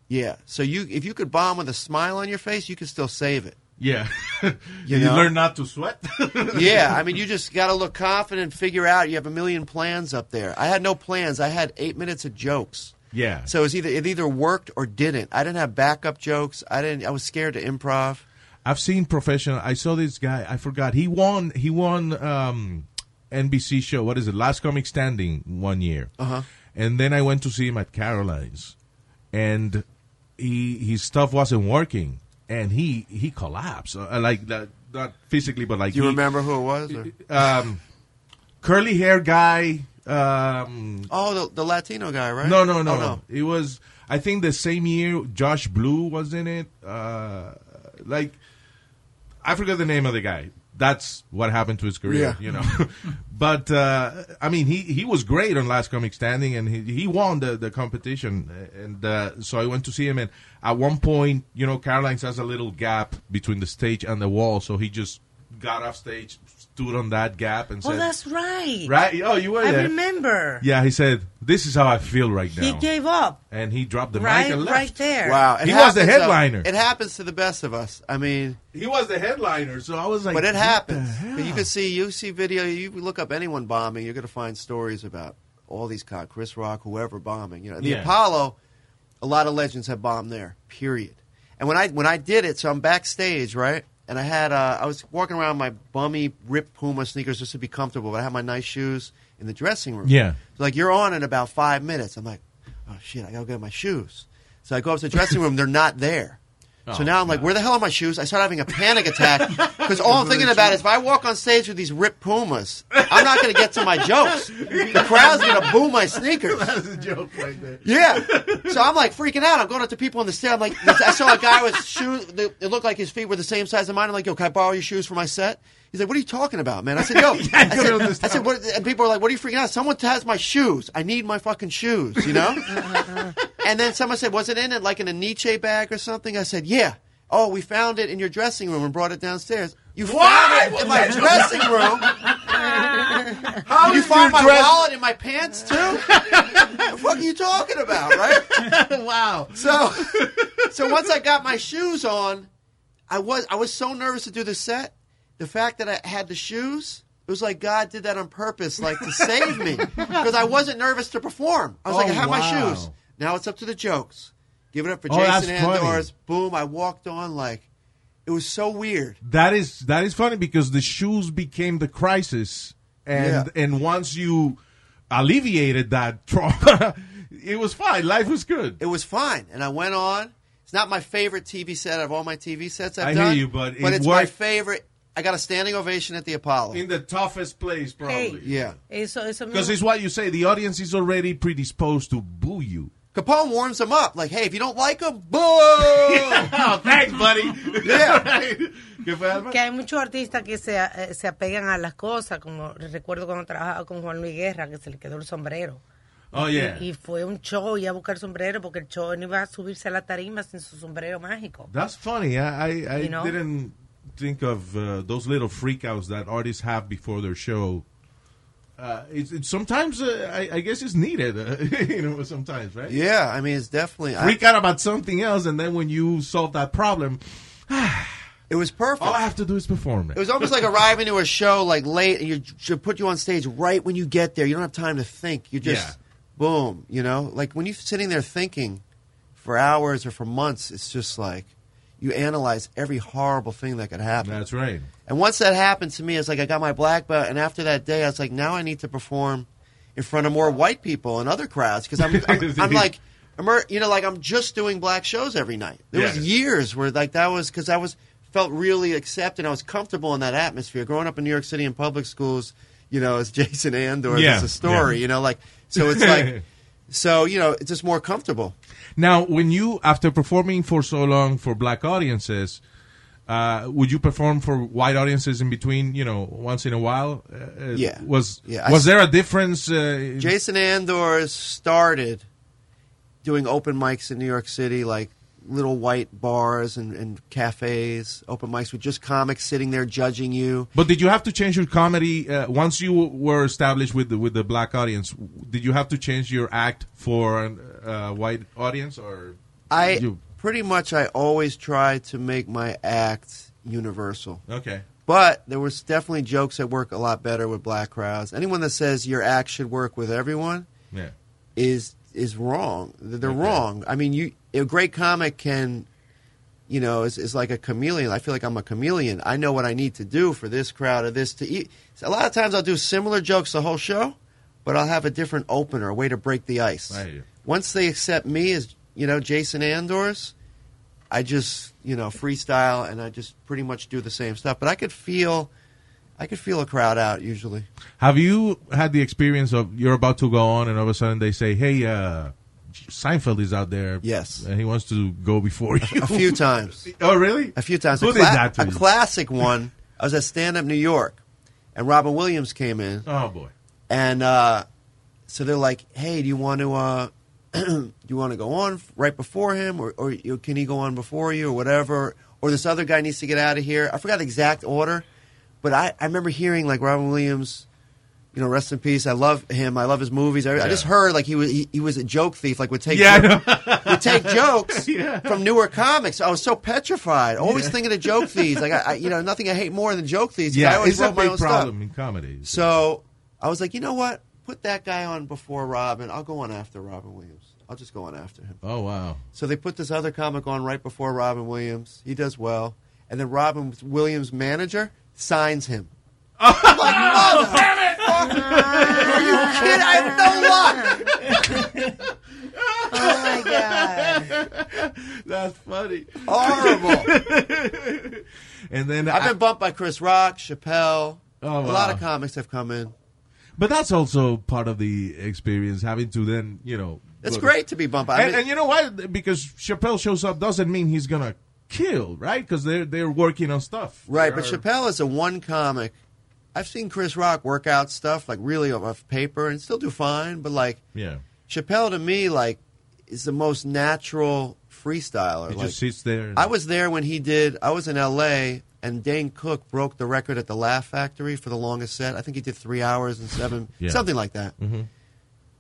Yeah. So you, if you could bomb with a smile on your face, you could still save it.
Yeah, you,
know?
learn not to sweat.
yeah. I mean, you just got to look confident, figure out. You have a million plans up there. I had no plans. I had eight minutes of jokes.
yeah.
So it was either it either worked or didn't. I didn't have backup jokes. I didn't. I was scared to improv.
I've seen professional. I saw this guy. I forgot. He won. He won um, NBC show. What is it? Last Comic Standing one year.
Uh-huh.
And then I went to see him at Caroline's, and he his stuff wasn't working, and he he collapsed. Uh, like that, not physically, but like
Do you
he-
remember who it was? Or?
um, curly hair guy. Um,
Oh, the, the Latino guy, right?
no, no, no,
Oh,
no. It was I think the same year Josh Blue was in it. Uh, like I forgot the name of the guy. That's what happened to his career,
Yeah.
you know. but uh, I mean, he, he was great on Last Comic Standing, and he, he won the, the competition. And uh, so I went to see him, and at one point, you know, Caroline's has a little gap between the stage and the wall, so he just got off stage, stood on that gap, and
Oh,
said,
that's right.
Right? Oh, you were
I
there.
remember.
Yeah, he said, "This is how I feel right now."
He gave up.
and he dropped the mic
Right,
and left.
right there.
Wow.
He was the
happens, though.
headliner.
It happens to the best of us. I mean,
He was the headliner, so I was like,
but
what
it
the
happens.
hell?
But you can see, you see video. You look up anyone bombing, you're going to find stories about all these cops, Chris Rock, whoever bombing. You know, the
Yeah.
Apollo. A lot of legends have bombed there. Period. And when I when I did it, so I'm backstage, right? And I had uh, I was walking around in my bummy ripped Puma sneakers just to be comfortable, but I had my nice shoes in the dressing room.
Yeah.
So like you're on in about five minutes. I'm like, oh shit, I gotta get my shoes. So I go up to the dressing room, they're not there. So now I'm like, where the hell are my shoes? I start having a panic attack because all I'm thinking about is if I walk on stage with these ripped Pumas, I'm not going to get to my jokes. The crowd's going to boo my sneakers.
That's a joke right there.
Yeah. So I'm like freaking out. I'm going up to people on the stair. I'm like, I saw a guy with shoes. they- It looked like his feet were the same size as mine. I'm like, yo, can I borrow your shoes for my set? He's like, what are you talking about, man? I said, yo. I
you don't
said, I
understand.
said what, and people are like, what are you freaking out? Someone has my shoes. I need my fucking shoes, you know? and then someone said, was it in it like in a Nietzsche bag or something? I said, yeah. Oh, we found it in your dressing room and brought it downstairs. You found it in my dressing room? How you found my wallet in my pants too? what the fuck are you talking about, right?
Wow.
So, so once I got my shoes on, I was I was so nervous to do the set. The fact that I had the shoes, it was like God did that on purpose, like to save me, because I wasn't nervous to perform. I was like,
Oh,
I have
wow.
my shoes. Now it's up to the jokes. Give it up for
Oh, that's
Jason
funny.
Andors. Boom! I walked on like it was so weird.
That is that is funny because the shoes became the crisis, and
Yeah.
and once you alleviated that trauma, it was fine. Life was good.
It was fine, and I went on. It's not my favorite TV set of all my TV sets I've
I hear
done.
you, but it
it's my
worked.
favorite I got a standing ovation at the Apollo.
In the toughest place, probably.
Hey.
Yeah.
Eso, eso
Because it's
mismo.
what you say. The audience is already predisposed to boo you.
Capone warms them up, like, hey, if you don't like them, boo!
Oh, thanks, buddy. ¿Qué fue, Alba?
Que hay muchos artistas que se, eh, se apegan a las cosas, como recuerdo cuando trabajaba con Juan Luis Guerra, que se le quedó el sombrero.
Oh, yeah.
Y, y fue a un show, iba a buscar sombrero, porque el show no iba a subirse a la tarima sin su sombrero mágico.
That's funny. I, I, I
You know?
didn't think of uh, those little freakouts that artists have before their show. Uh, it's it's sometimes uh, I, I guess it's needed, uh, you know. Sometimes, right?
yeah, I mean, it's definitely. I,
Freak out about something else, and then when you solve that problem,
it was perfect.
all I have to do is perform it.
It was almost like arriving to a show like late, and you should put you on stage right when you get there. You don't have time to think. You just
Yeah.
boom, you know. Like when you're sitting there thinking for hours or for months, it's just like you analyze every horrible thing that could happen.
That's right.
And once that happened to me, it's like I got my black belt, and after that day, I was like, now I need to perform in front of more white people and other crowds because I'm, I'm, I'm like, emer- you know, like I'm just doing black shows every night. There
Yes.
was years where like that was because I was felt really accepted. I was comfortable in that atmosphere. Growing up in New York City in public schools, you know, as Jason Andor,
Yeah,
it's a story,
yeah.
you know, like so it's like, so you know, it's just more comfortable.
Now, when you after performing for so long for black audiences, uh, would you perform for white audiences in between? You know, once in a while. Uh,
Yeah.
Was
Yeah, I
was
s-
there a difference? Uh,
Jason Andor started doing open mics in New York City, like little white bars and, and cafes, open mics with just comics sitting there judging you.
But did you have to change your comedy uh, once you were established with the, with the black audience? Did you have to change your act for a uh, white audience, or
I
You-
pretty much I always try to make my act universal.
okay?
But there was definitely jokes that work a lot better with black crowds. Anyone that says your act should work with everyone
Yeah,
is is wrong. They're
Okay.
wrong. I mean, you a great comic can, you know, is, is like a chameleon. I feel like I'm a chameleon. I know what I need to do for this crowd or this to eat. So a lot of times I'll do similar jokes the whole show, but I'll have a different opener, a way to break the ice.
I hear you.
Once they accept me as you know Jason Andors, I just you know freestyle and I just pretty much do the same stuff. But I could feel, I could feel a crowd out usually.
Have you had the experience of you're about to go on, and all of a sudden they say, "Hey, uh, Seinfeld is out there."
Yes.
and he wants to go before you.
A few times.
oh, really?
A few times.
Who
a,
did
cla-
that to
a
you?
classic one. I was at Stand Up New York, and Robin Williams came in,
oh boy.
and uh, so they're like, "Hey, do you want to uh, do you want to go on f- right before him, or, or you, can he go on before you, or whatever? Or this other guy needs to get out of here." I forgot the exact order, but I, I remember hearing like Robin Williams. You know, rest in peace. I love him. I love his movies. I, I just
Yeah.
heard like he was he, he was a joke thief. Like would take
Yeah, I
jokes-
know.
would take jokes from newer comics. I was so petrified, always thinking of joke thieves. Like I, I, you know, nothing I hate more than joke thieves. 'cause I
Yeah, it's
always
a
wrote my
big
own
problem
Stuff.
in comedy.
So I was like, you know what? Put that guy on before Robin. I'll go on after Robin Williams. I'll just go on after him.
oh wow.
So they put this other comic on right before Robin Williams. He does well, and then Robin Williams' manager signs him.
Oh,
I'm like, motherfucker! Are you kidding? I have no luck.
Oh my God.
That's funny.
Horrible.
And then
I've been bumped by Chris Rock, Chappelle.
Oh,
A
wow.
lot of comics have come in.
But that's also part of the experience, having to then, you know.
It's
go-
great to be bumped by. I
And,
mean,
and you know why? Because Chappelle shows up doesn't mean he's gonna kill, right? Because they're they're working on stuff,
right,
They
but
are-
Chappelle is a one comic. I've seen Chris Rock work out stuff like really off paper and still do fine, but like
yeah,
Chappelle to me like is the most natural freestyler.
he
like,
just sits there. and-
I was there when he did. I was in L.A. and Dane Cook broke the record at the Laugh Factory for the longest set. I think he did three hours and seven,
Yeah. Mm-hmm.
something like that.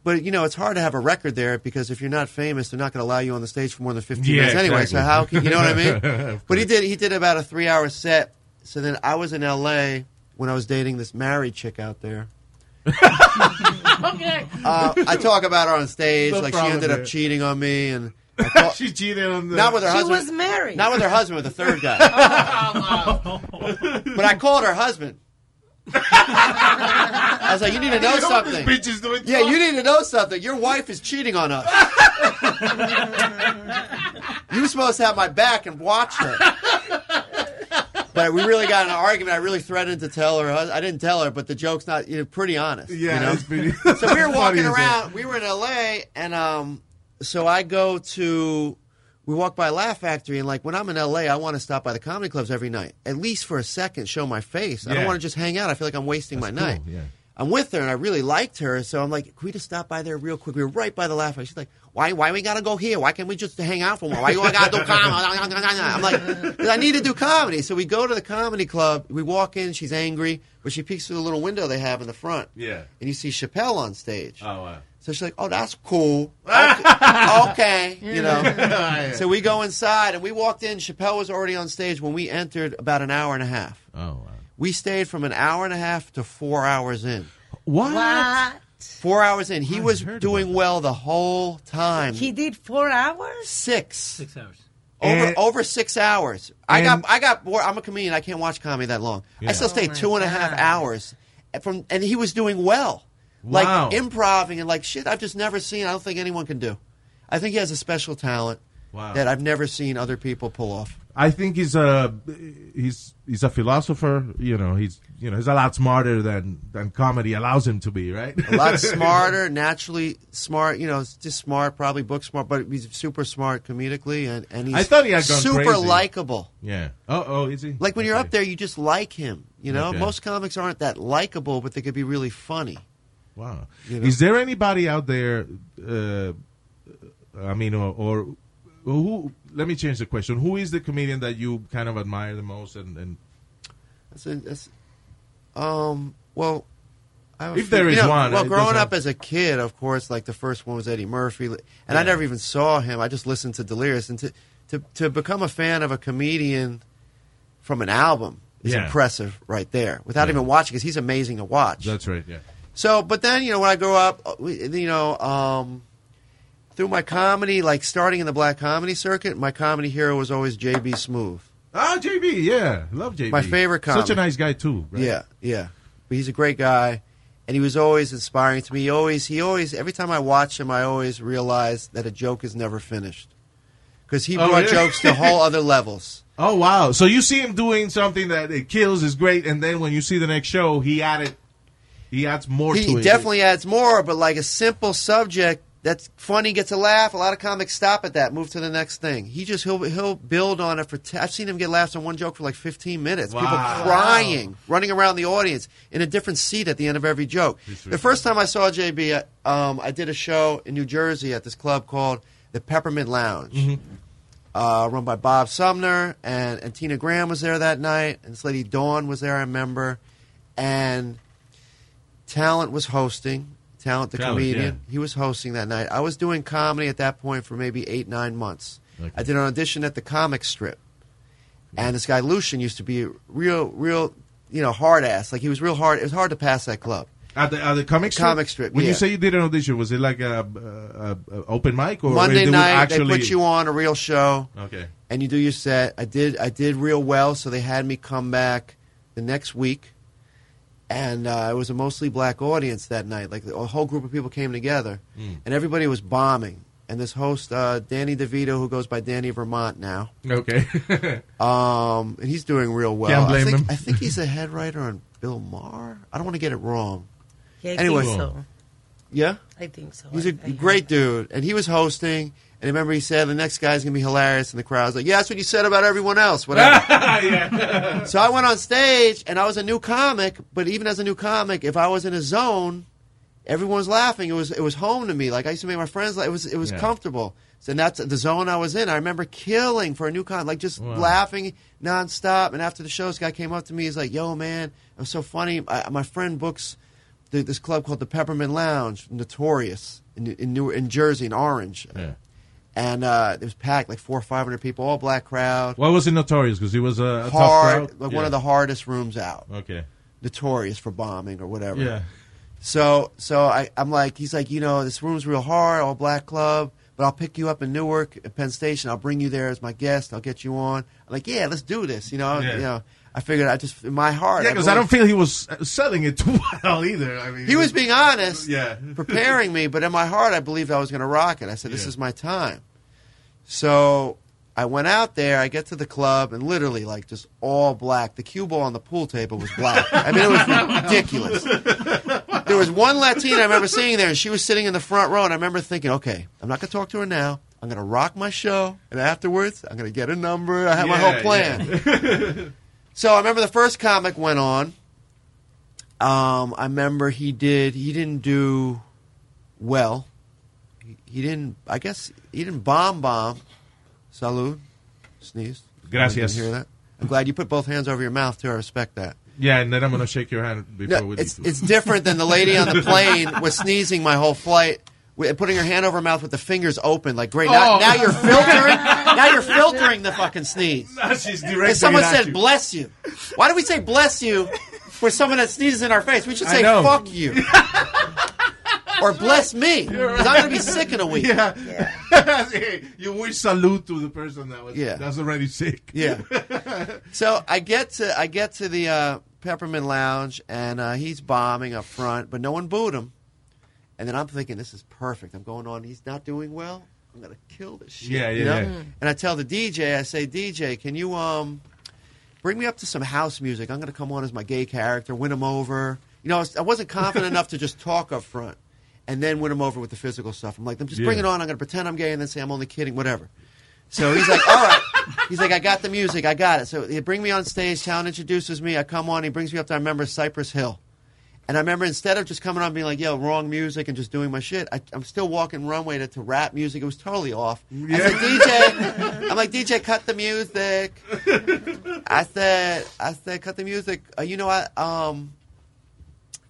But you know, it's hard to have a record there because if you're not famous, they're not going to allow you on the stage for more than 15
Yeah,
minutes anyway.
exactly.
So how can you know what I mean?
Of
but he
course.
did. He did about a three-hour set. So then I was in L.A. when I was dating this married chick out there. Uh, I talk about her on stage.
No
like she
problem
ended up
there.
cheating on me, and I call-
she cheated on the.
not with her
She
husband.
was married.
Not with her husband, with the third guy. but I called her husband. I was like, you need to know something.
Bitch is doing.
Yeah, you need to know something. Your wife is cheating on us. you were supposed to have my back and watch her. But we really got in an argument. I really threatened to tell her. I I didn't tell her, but the joke's not. You're pretty honest. you
Yeah,
know?
it's pretty-
so we were
funny
walking
as hell.
around. We were in LA, and um, so I go to. We walk by Laugh Factory, and like when I'm in LA, I want to stop by the comedy clubs every night, at least for a second, show my face. I
Yeah.
don't want to just hang out. I feel like I'm wasting my
cool,
night.
yeah.
I'm with her, and I really liked her, so I'm like, "Can we just stop by there real quick?" We were right by the Laugh Factory. She's like, "Why? Why we gotta go here? Why can't we just hang out for a while? Why you gotta do comedy?" I'm like, "'Cause "I need to do comedy." So we go to the comedy club. We walk in. She's angry, but she peeks through the little window they have in the front.
Yeah.
and you see Chappelle on stage.
Oh, wow.
So she's like, "Oh, that's cool. Okay, okay, you know." so we go inside, and we walked in. Chappelle was already on stage when we entered, about an hour and a half.
Oh, wow.
We stayed from an hour and a half to four hours in.
What?
What?
Four hours in, he was
heard
doing well the whole time.
He did four hours?
six,
Six hours.
over
And-
over six hours. I got
and-
I got bored. I'm a comedian. I can't watch comedy that long.
Yeah.
I still stayed
my
two and a half
God.
hours from, and he was doing well,
Wow.
like improving and like shit. I've just never seen. I don't think anyone can do. I think he has a special talent
Wow.
that I've never seen other people pull off.
I think he's a he's he's a philosopher. You know, he's you know he's a lot smarter than than comedy allows him to be, right?
A lot smarter, naturally smart. You know, just smart, probably book smart, but he's super smart comedically, and and he's
I thought he had gone
super
crazy.
likable.
yeah. Oh, oh, is he?
Like when you're
Okay.
up there, you just like him. You know,
Okay.
most comics aren't that likable, but they could be really funny.
Wow.
You know?
Is there anybody out there? Uh, I mean, or, or who? Let me change the question. Who is the comedian that you kind of admire the most? And, and
That's, that's um. Well, I have a
If
few-
there
you
is
know,
one,
Well,
it
growing
doesn't-
up as a kid, of course, like the first one was Eddie Murphy, and I never even saw him. I just listened to Delirious, and to to to become a fan of a comedian from an album is
Yeah.
impressive, right there. Without even watching, because he's amazing to watch.
that's right. Yeah.
So, but then you know, when I grew up, uh, we- you know, um, through my comedy, like starting in the black comedy circuit, my comedy hero was always JB Smooth.
Ah, JB. Yeah, love JB.
My favorite
Such a
comic.
nice guy too. Right?
Yeah, yeah. But he's a great guy, and he was always inspiring to me. He always, he always. Every time I watch him, I always realize that a joke is never finished because he
Oh,
brought
yeah.
jokes to whole other levels.
Oh wow! So you see him doing something that it kills is great, and then when you see the next show, he added, he adds more to
He
it.
definitely adds more, but like a simple subject that's funny gets a laugh. A lot of comics stop at that, move to the next thing. He just he'll he'll build on it for. T- I've seen him get laughs on one joke for like fifteen minutes.
Wow.
People crying, running around the audience in a different seat at the end of every joke. The first time I saw JB, I, um, I did a show in New Jersey at this club called the Peppermint Lounge
Mm-hmm.
uh, run by Bob Sumner, and, and Tina Graham was there that night, and this lady Dawn was there, I remember, and Talent was hosting. Talent, the
Talent,
comedian,
yeah.
he was hosting that night. I was doing comedy at that point for maybe eight, nine months.
Okay.
I did an audition at the Comic Strip, and this guy Lucian used to be a real, real, you know, hard ass. Like he was real hard. It was hard to pass that club.
at the, at the comic strip.
Comic strip,
When you
yeah.
say you did an audition, was it like a, a, a- a open mic or
Monday
they would
night,
Actually,
they put you on a real show.
Okay.
and you do your set. I did I did real well, so they had me come back the next week, and uh, it was a mostly black audience that night. Like a whole group of people came together,
Hmm.
and everybody was bombing. And this host, uh, Danny DeVito, who goes by Danny Vermont now,
Okay.
um, and he's doing real well.
Can't blame
I think,
him.
I think he's a head writer on Bill Maher. I don't want to get it wrong.
Yeah, I
Anyway.
think so.
Yeah.
I think so.
He's
I-
a
I-
great dude, and he was hosting. And I remember he said, "The next guy's gonna be hilarious," and the crowd's like, "Yeah, that's what you said about everyone else." Whatever. so I went on stage, and I was a new comic. But even as a new comic, if I was in a zone, everyone was laughing. It was it was home to me. Like I used to make my friends. laugh. It was it was
Yeah.
comfortable. So and that's the zone I was in. I remember killing for a new comic, like just
Wow.
laughing nonstop. And after the show, this guy came up to me. He's like, "Yo, man, it was so funny. I, my friend books." th- this club called the Peppermint Lounge, notorious in in, New, in Jersey, in Orange,
Yeah.
and uh, it was packed like four or five hundred people, all black crowd,
Why was it notorious? Because he was a, a
hard,
tough crowd.
like
Yeah.
one of the hardest rooms out,
Okay.
notorious for bombing or whatever.
Yeah.
So so I, I'm like, he's like, you know, this room's real hard, all black club, but I'll pick you up in Newark at Penn Station. I'll bring you there as my guest. I'll get you on. I'm like, yeah, let's do this. You know,
Yeah.
you know. I figured I just in my heart.
Yeah,
I've
because I don't
always-
feel he was uh, selling it too well either. I mean,
He was being honest,
Yeah.
preparing me, but in my heart, I believed I was going to rock it. I said, "This
Yeah.
is my time." So I went out there. I get to the club, and literally, like, just all black. The cue ball on the pool table was black. I mean, it was ridiculous. There was one Latina I remember seeing there, and she was sitting in the front row. And I remember thinking, okay, I'm not going to talk to her now. I'm going to rock my show, and afterwards, I'm going to get a number. I have my
Yeah,
whole plan. so I remember the first comic went on. Um, I remember he did. He didn't do well. He, he didn't. I guess he didn't bomb bomb. Salud. Sneezed.
Gracias.
I didn't hear that? I'm glad you put both hands over your mouth too. I respect that.
Yeah, and then I'm gonna shake your hand before
No,
we
it's
leave.
it's different than the lady on the plane was sneezing my whole flight. wi- Putting her hand over her mouth with the fingers open, like great. Now,
Oh.
now you're filtering. now you're filtering the fucking sneeze.
Ah, She's
If
directing
someone
it at
said
you.
"bless you," why do we say "bless you" for someone that sneezes in our face? We should
I
say
know.
"fuck you" or "bless me" because I'm going to be sick in a week.
Yeah. you wish salute to the person that was
Yeah.
that's already sick.
Yeah. so I get to I get to the uh, Peppermint Lounge and uh, he's bombing up front, but no one booed him. And then I'm thinking, this is perfect. I'm going on. He's not doing well. I'm gonna kill this shit.
Yeah, yeah,
you know?
yeah.
And I tell the DJ, I say, DJ, can you um bring me up to some house music? I'm gonna come on as my gay character, win him over. You know, I was- I wasn't confident enough to just talk up front. And then win him over with the physical stuff. I'm like, just bring
Yeah.
it on. I'm going to pretend I'm gay and then say I'm only kidding, whatever. So he's like, all right. He's like, I got the music. I got it. So he bring me on stage. Town introduces me. I come on. He brings me up to, I remember, Cypress Hill. And I remember instead of just coming on and being like, yo, wrong music and just doing my shit, I, I'm still walking runway to, to rap music. It was totally off. I said, DJ, I'm like, DJ, cut the music. I said, I said, cut the music. Uh, you know, I, um,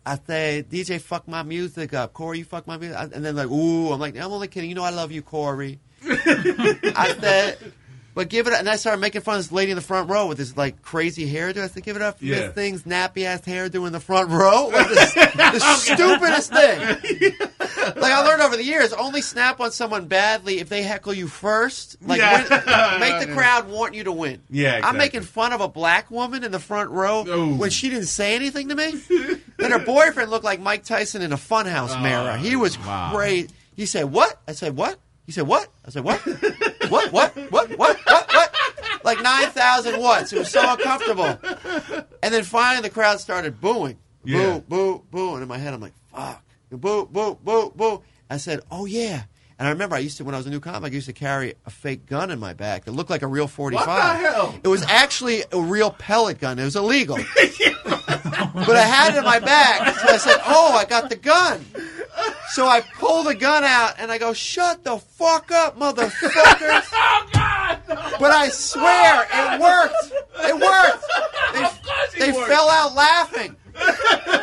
I said, DJ, fuck my music up. Corey, you fuck my music. I- And then like, ooh, I'm like, I'm only kidding. You know, I love you, Corey. I said, but give it. up. And I started making fun of this lady in the front row with this like crazy hairdo. I said, give it up for
Yeah.
this thing's nappy ass hairdo in the front row. Like this, the stupidest thing. Like I learned over the years, only snap on someone badly if they heckle you first. Like
Yeah.
win- make the crowd want you to win.
Yeah,
I'm
exactly.
making fun of a black woman in the front row
Oh.
when she didn't say anything to me. then her boyfriend looked like Mike Tyson in a funhouse mirror. He was
wow.
crazy. He said, "What?" I said, "What?" He said, "What?" I said, "What? what? What? What? What? What? What?" Like nine thousand watts. It was so uncomfortable. And then finally, the crowd started booing, boo,
Yeah.
boo, boo. And in my head, I'm like, "Fuck, boo, boo, boo, boo." I said, "Oh yeah." And I remember I used to, when I was a new comic, I used to carry a fake gun in my back that looked like a real 45.
the hell?
It was actually a real pellet gun. It was illegal. but I had it in my back. So I said, Oh, I got the gun. So I pull the gun out and I go, Shut the fuck up, motherfuckers. But I swear it worked. It worked. They, they fell out laughing.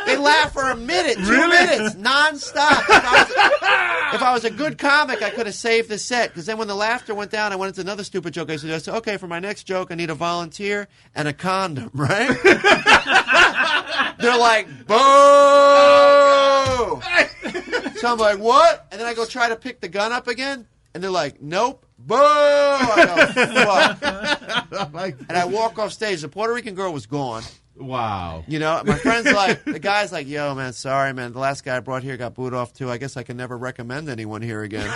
They laughed for a minute, two minutes, nonstop. If I, was, if I was a good comic, I could have saved the set. Because then when the laughter went down, I went into another stupid joke. I said, I said, okay, for my next joke, I need a volunteer and a condom, right? They're like, boo! So I'm like, what? And then I go try to pick the gun up again, and they're like, nope, boo! I go, fuck.
Like,
And I walk off stage. The Puerto Rican girl was gone.
wow.
You know, my friend's like, the guy's like, yo, man, sorry, man. The last guy I brought here got booed off, too. I guess I can never recommend anyone here again.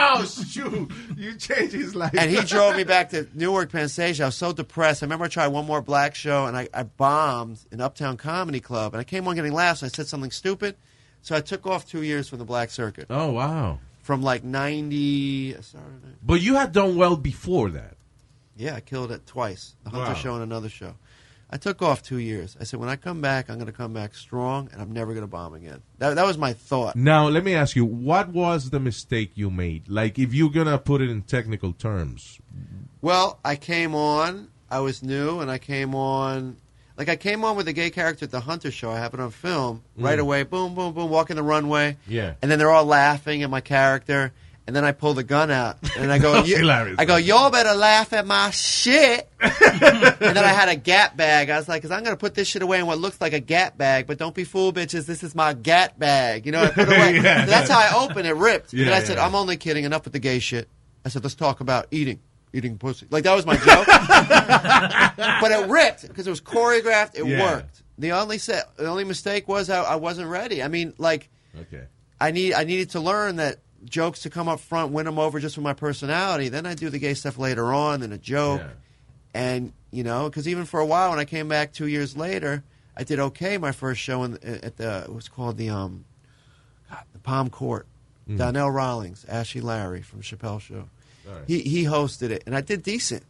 Oh shoot! You changed his life.
and he drove me back to Newark, Pensacola. I was so depressed. I remember I tried one more black show, and I, I bombed an Uptown Comedy Club. And I came on getting laughs, and I said something stupid. So I took off two years from the black circuit.
oh wow!
From like 90, sorry,
But you had done well before that.
Yeah, I killed it twice. The Hunter
Wow.
show and another show. I took off two years. I said, when I come back, I'm going to come back strong, and I'm never going to bomb again. That, that was my thought.
Now let me ask you, what was the mistake you made? Like, if you're gonna put it in technical terms,
Well, I came on. I was new, and I came on. Like I came on with a gay character at the Hunter show. I have it on film right away. Boom, boom, boom. Walking the runway.
Mm. Yeah.
And then they're all laughing at my character, and then I pull the gun out, and I go, "You-
hilarious.
I go, y'all better laugh at my shit. and then I had a Gap bag. I was like, because I'm gonna put this shit away in what looks like a Gap bag, but don't be fooled, bitches. This is my Gap bag. You know, I put it away.
Yeah.
So that's how I opened. It ripped.
Yeah,
and I said,
yeah.
I'm only kidding. Enough with the gay shit. I said, let's talk about eating, eating pussy. Like that was my joke. but it ripped because it was choreographed. It
Yeah.
worked. The only set, the only mistake was I, I wasn't ready. I mean, like
okay.
I need, I needed to learn that jokes to come up front, win them over just with my personality. Then I do the gay stuff later on, then a joke.
Yeah.
And, you know, because even for a while when I came back two years later, I did okay my first show in, at the, it was called the, um, God, the Palm Court. Donnell Rawlings, Ashley Larry from Chappelle Show.
Mm-hmm. Nice.
He, he hosted it, and I did decent.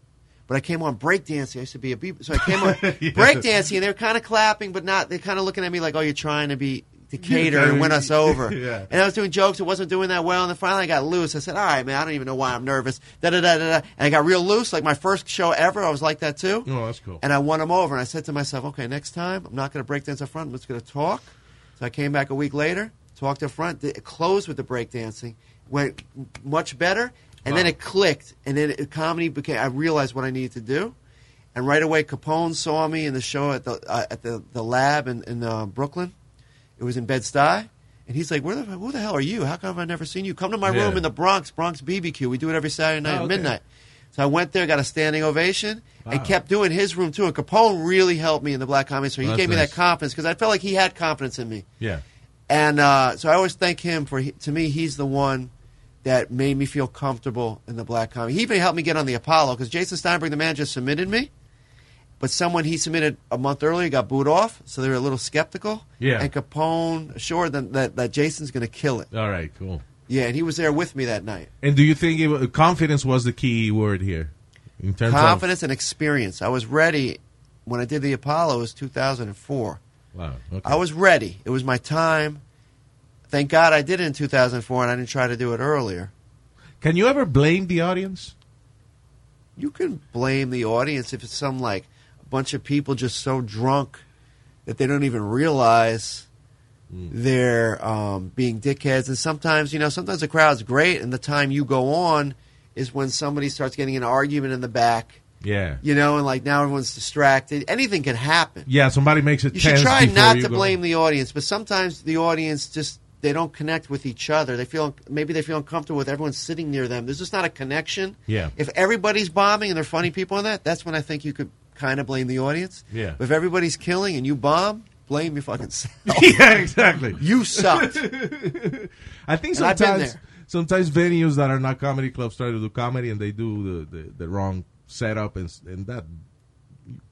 But I came on breakdancing. I used to be a b- so I came on breakdancing, and they were kind of clapping, but not. They're kind of looking at me like, "Oh, you're trying to be to cater and win us over."
Yeah.
And I was doing jokes. It wasn't doing that well, and then finally I got loose. I said, "All right, man, I don't even know why I'm nervous." Da da da da. da. And I got real loose. Like my first show ever, I was like that too.
Oh, that's cool.
And I won him over. And I said to myself, okay, next time I'm not going to break dance up front. I'm just going to talk. So I came back a week later, talked up front, did, closed with the break dancing, went m- much better. And then it clicked. And then it, comedy became. I realized what I needed to do. And right away, Capone saw me in the show at the uh, at the, the lab in, in uh, Brooklyn. It was in Bed Stuy. And he's like, Where the, who the hell are you? How come I've never seen you? Come to my
Yeah.
room in the Bronx, Bronx BBQ. We do it every Saturday night
Oh,
at
okay.
midnight. So I went there, got a standing ovation,
Wow.
and kept doing his room too. And Capone really helped me in the black comedy store. He
That's
gave me
nice.
that confidence because I felt like he had confidence in me.
Yeah.
And uh, so I always thank him for. he- To me, he's the one that made me feel comfortable in the black comedy. He even helped me get on the Apollo because Jason Steinberg, the manager, submitted me. But someone he submitted a month earlier got booed off, so they were a little skeptical.
Yeah.
And Capone assured them that, that Jason's going to kill it.
All right, cool.
Yeah, and he was there with me that night.
And do you think it, wa- confidence was the key word here? In terms
confidence and experience. I was ready when I did the Apollo. It was 2004.
of. Wow. Okay.
I was ready. It was my time. Thank God I did it in 2004, and I didn't try to do it earlier.
Can you ever blame the audience?
You can blame the audience if it's some like a bunch of people just so drunk that they don't even realize they're um, being dickheads. And sometimes, you know, sometimes the crowd's great, and the time you go on is when somebody starts getting an argument in the back.
Yeah.
You know, and like now everyone's distracted. Anything can happen.
Yeah, somebody makes it
You should
tense
try
before
not
you
to
go-
blame the audience, but sometimes the audience just they don't connect with each other. They feel maybe they feel uncomfortable with everyone sitting near them. There's just not a connection.
Yeah.
If everybody's bombing and they're funny people in that, that's when I think you could kind of blame the audience.
Yeah.
But if everybody's killing and you bomb, blame your fucking self.
yeah, exactly.
you sucked.
I think
And I've been
sometimes
there.
sometimes venues that are not comedy clubs try to do comedy and they do the, the, the wrong setup and s- and that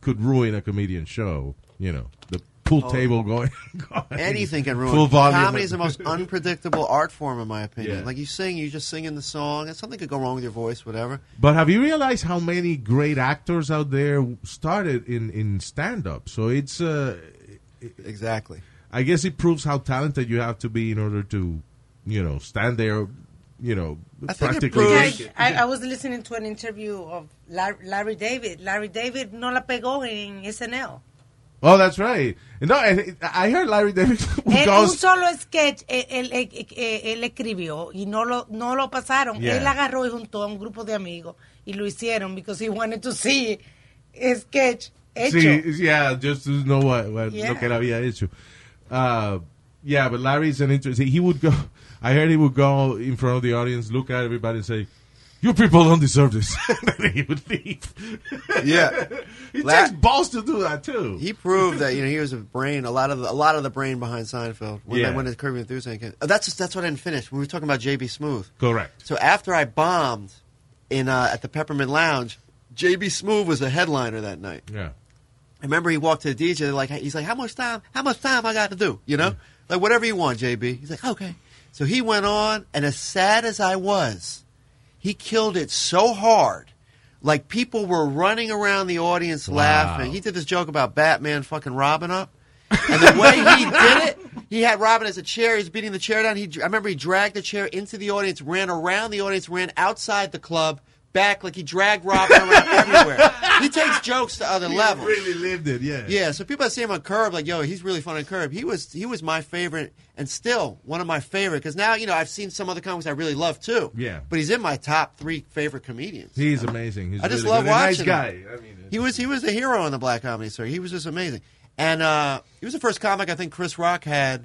could ruin a comedian's show. You know, the pool table going, going.
Oh. Anything can ruin.
Full
it.
volume.
Comedy is the most unpredictable art form, in my opinion.
Yeah.
Like you sing, you're just singing the song, and something could go wrong with your voice, whatever.
But have you realized how many great actors out there started in in stand up? So it's uh,
Exactly.
I guess it proves how talented you have to be in order to, you know, stand there, you know,
I think it
practically.
proves-
make
I,
it.
I, I was listening to an interview of Larry, Larry David. Larry David no la pegó en SNL.
Oh, that's right. No, I, I heard Larry David
Él, Eh, un
goes.
solo sketch él, él- él- él- él escribió y no lo, no lo pasaron.
Yeah.
Él agarró y juntó a un grupo de amigos y lo hicieron because he wanted to see a sketch hecho.
Sí, yeah, just to know what, what
Yeah.
lo que él había hecho. Uh, yeah, but Larry's an interesting. He would go. I heard he would go in front of the audience, look at everybody, and say, "You people don't deserve this." and he would leave.
Yeah.
it
La-
takes balls to do that too.
He proved that you know he was a brain, a lot of the, a lot of the brain behind Seinfeld. When
Yeah.
yeah. when his Kirby enthusiasm came, oh, that's that's what I didn't finish. We were talking about JB Smooth.
Correct.
So after I bombed in uh, at the Peppermint Lounge, JB Smooth was a headliner that night.
Yeah.
I remember he walked to the DJ like he's like, "How much time? How much time I got to do? You know, like whatever you want, JB." He's like, "Okay." So he went on, and as sad as I was, he killed it so hard. Like people were running around the audience laughing. He did this joke about Batman fucking Robin up, and the way he did it, he had Robin as a chair. He's beating the chair down. He, I remember he dragged the chair into the audience, ran around the audience, ran outside the club, back like he dragged Robin around everywhere. He takes jokes to other levels.
Really lived it. Yeah.
Yeah, so people that see him on Curb, like, yo, he's really fun on Curb. He was he was my favorite, and still one of my favorite. Because now, you know, I've seen some other comics I really love too.
Yeah.
but he's in my top three favorite comedians.
He's amazing. He's
I just
really
love
good. And
watching
Nice
him.
guy. I mean,
He was he was a hero on the Black Comedy Circuit. He was just amazing, and uh, he was the first comic I think Chris Rock had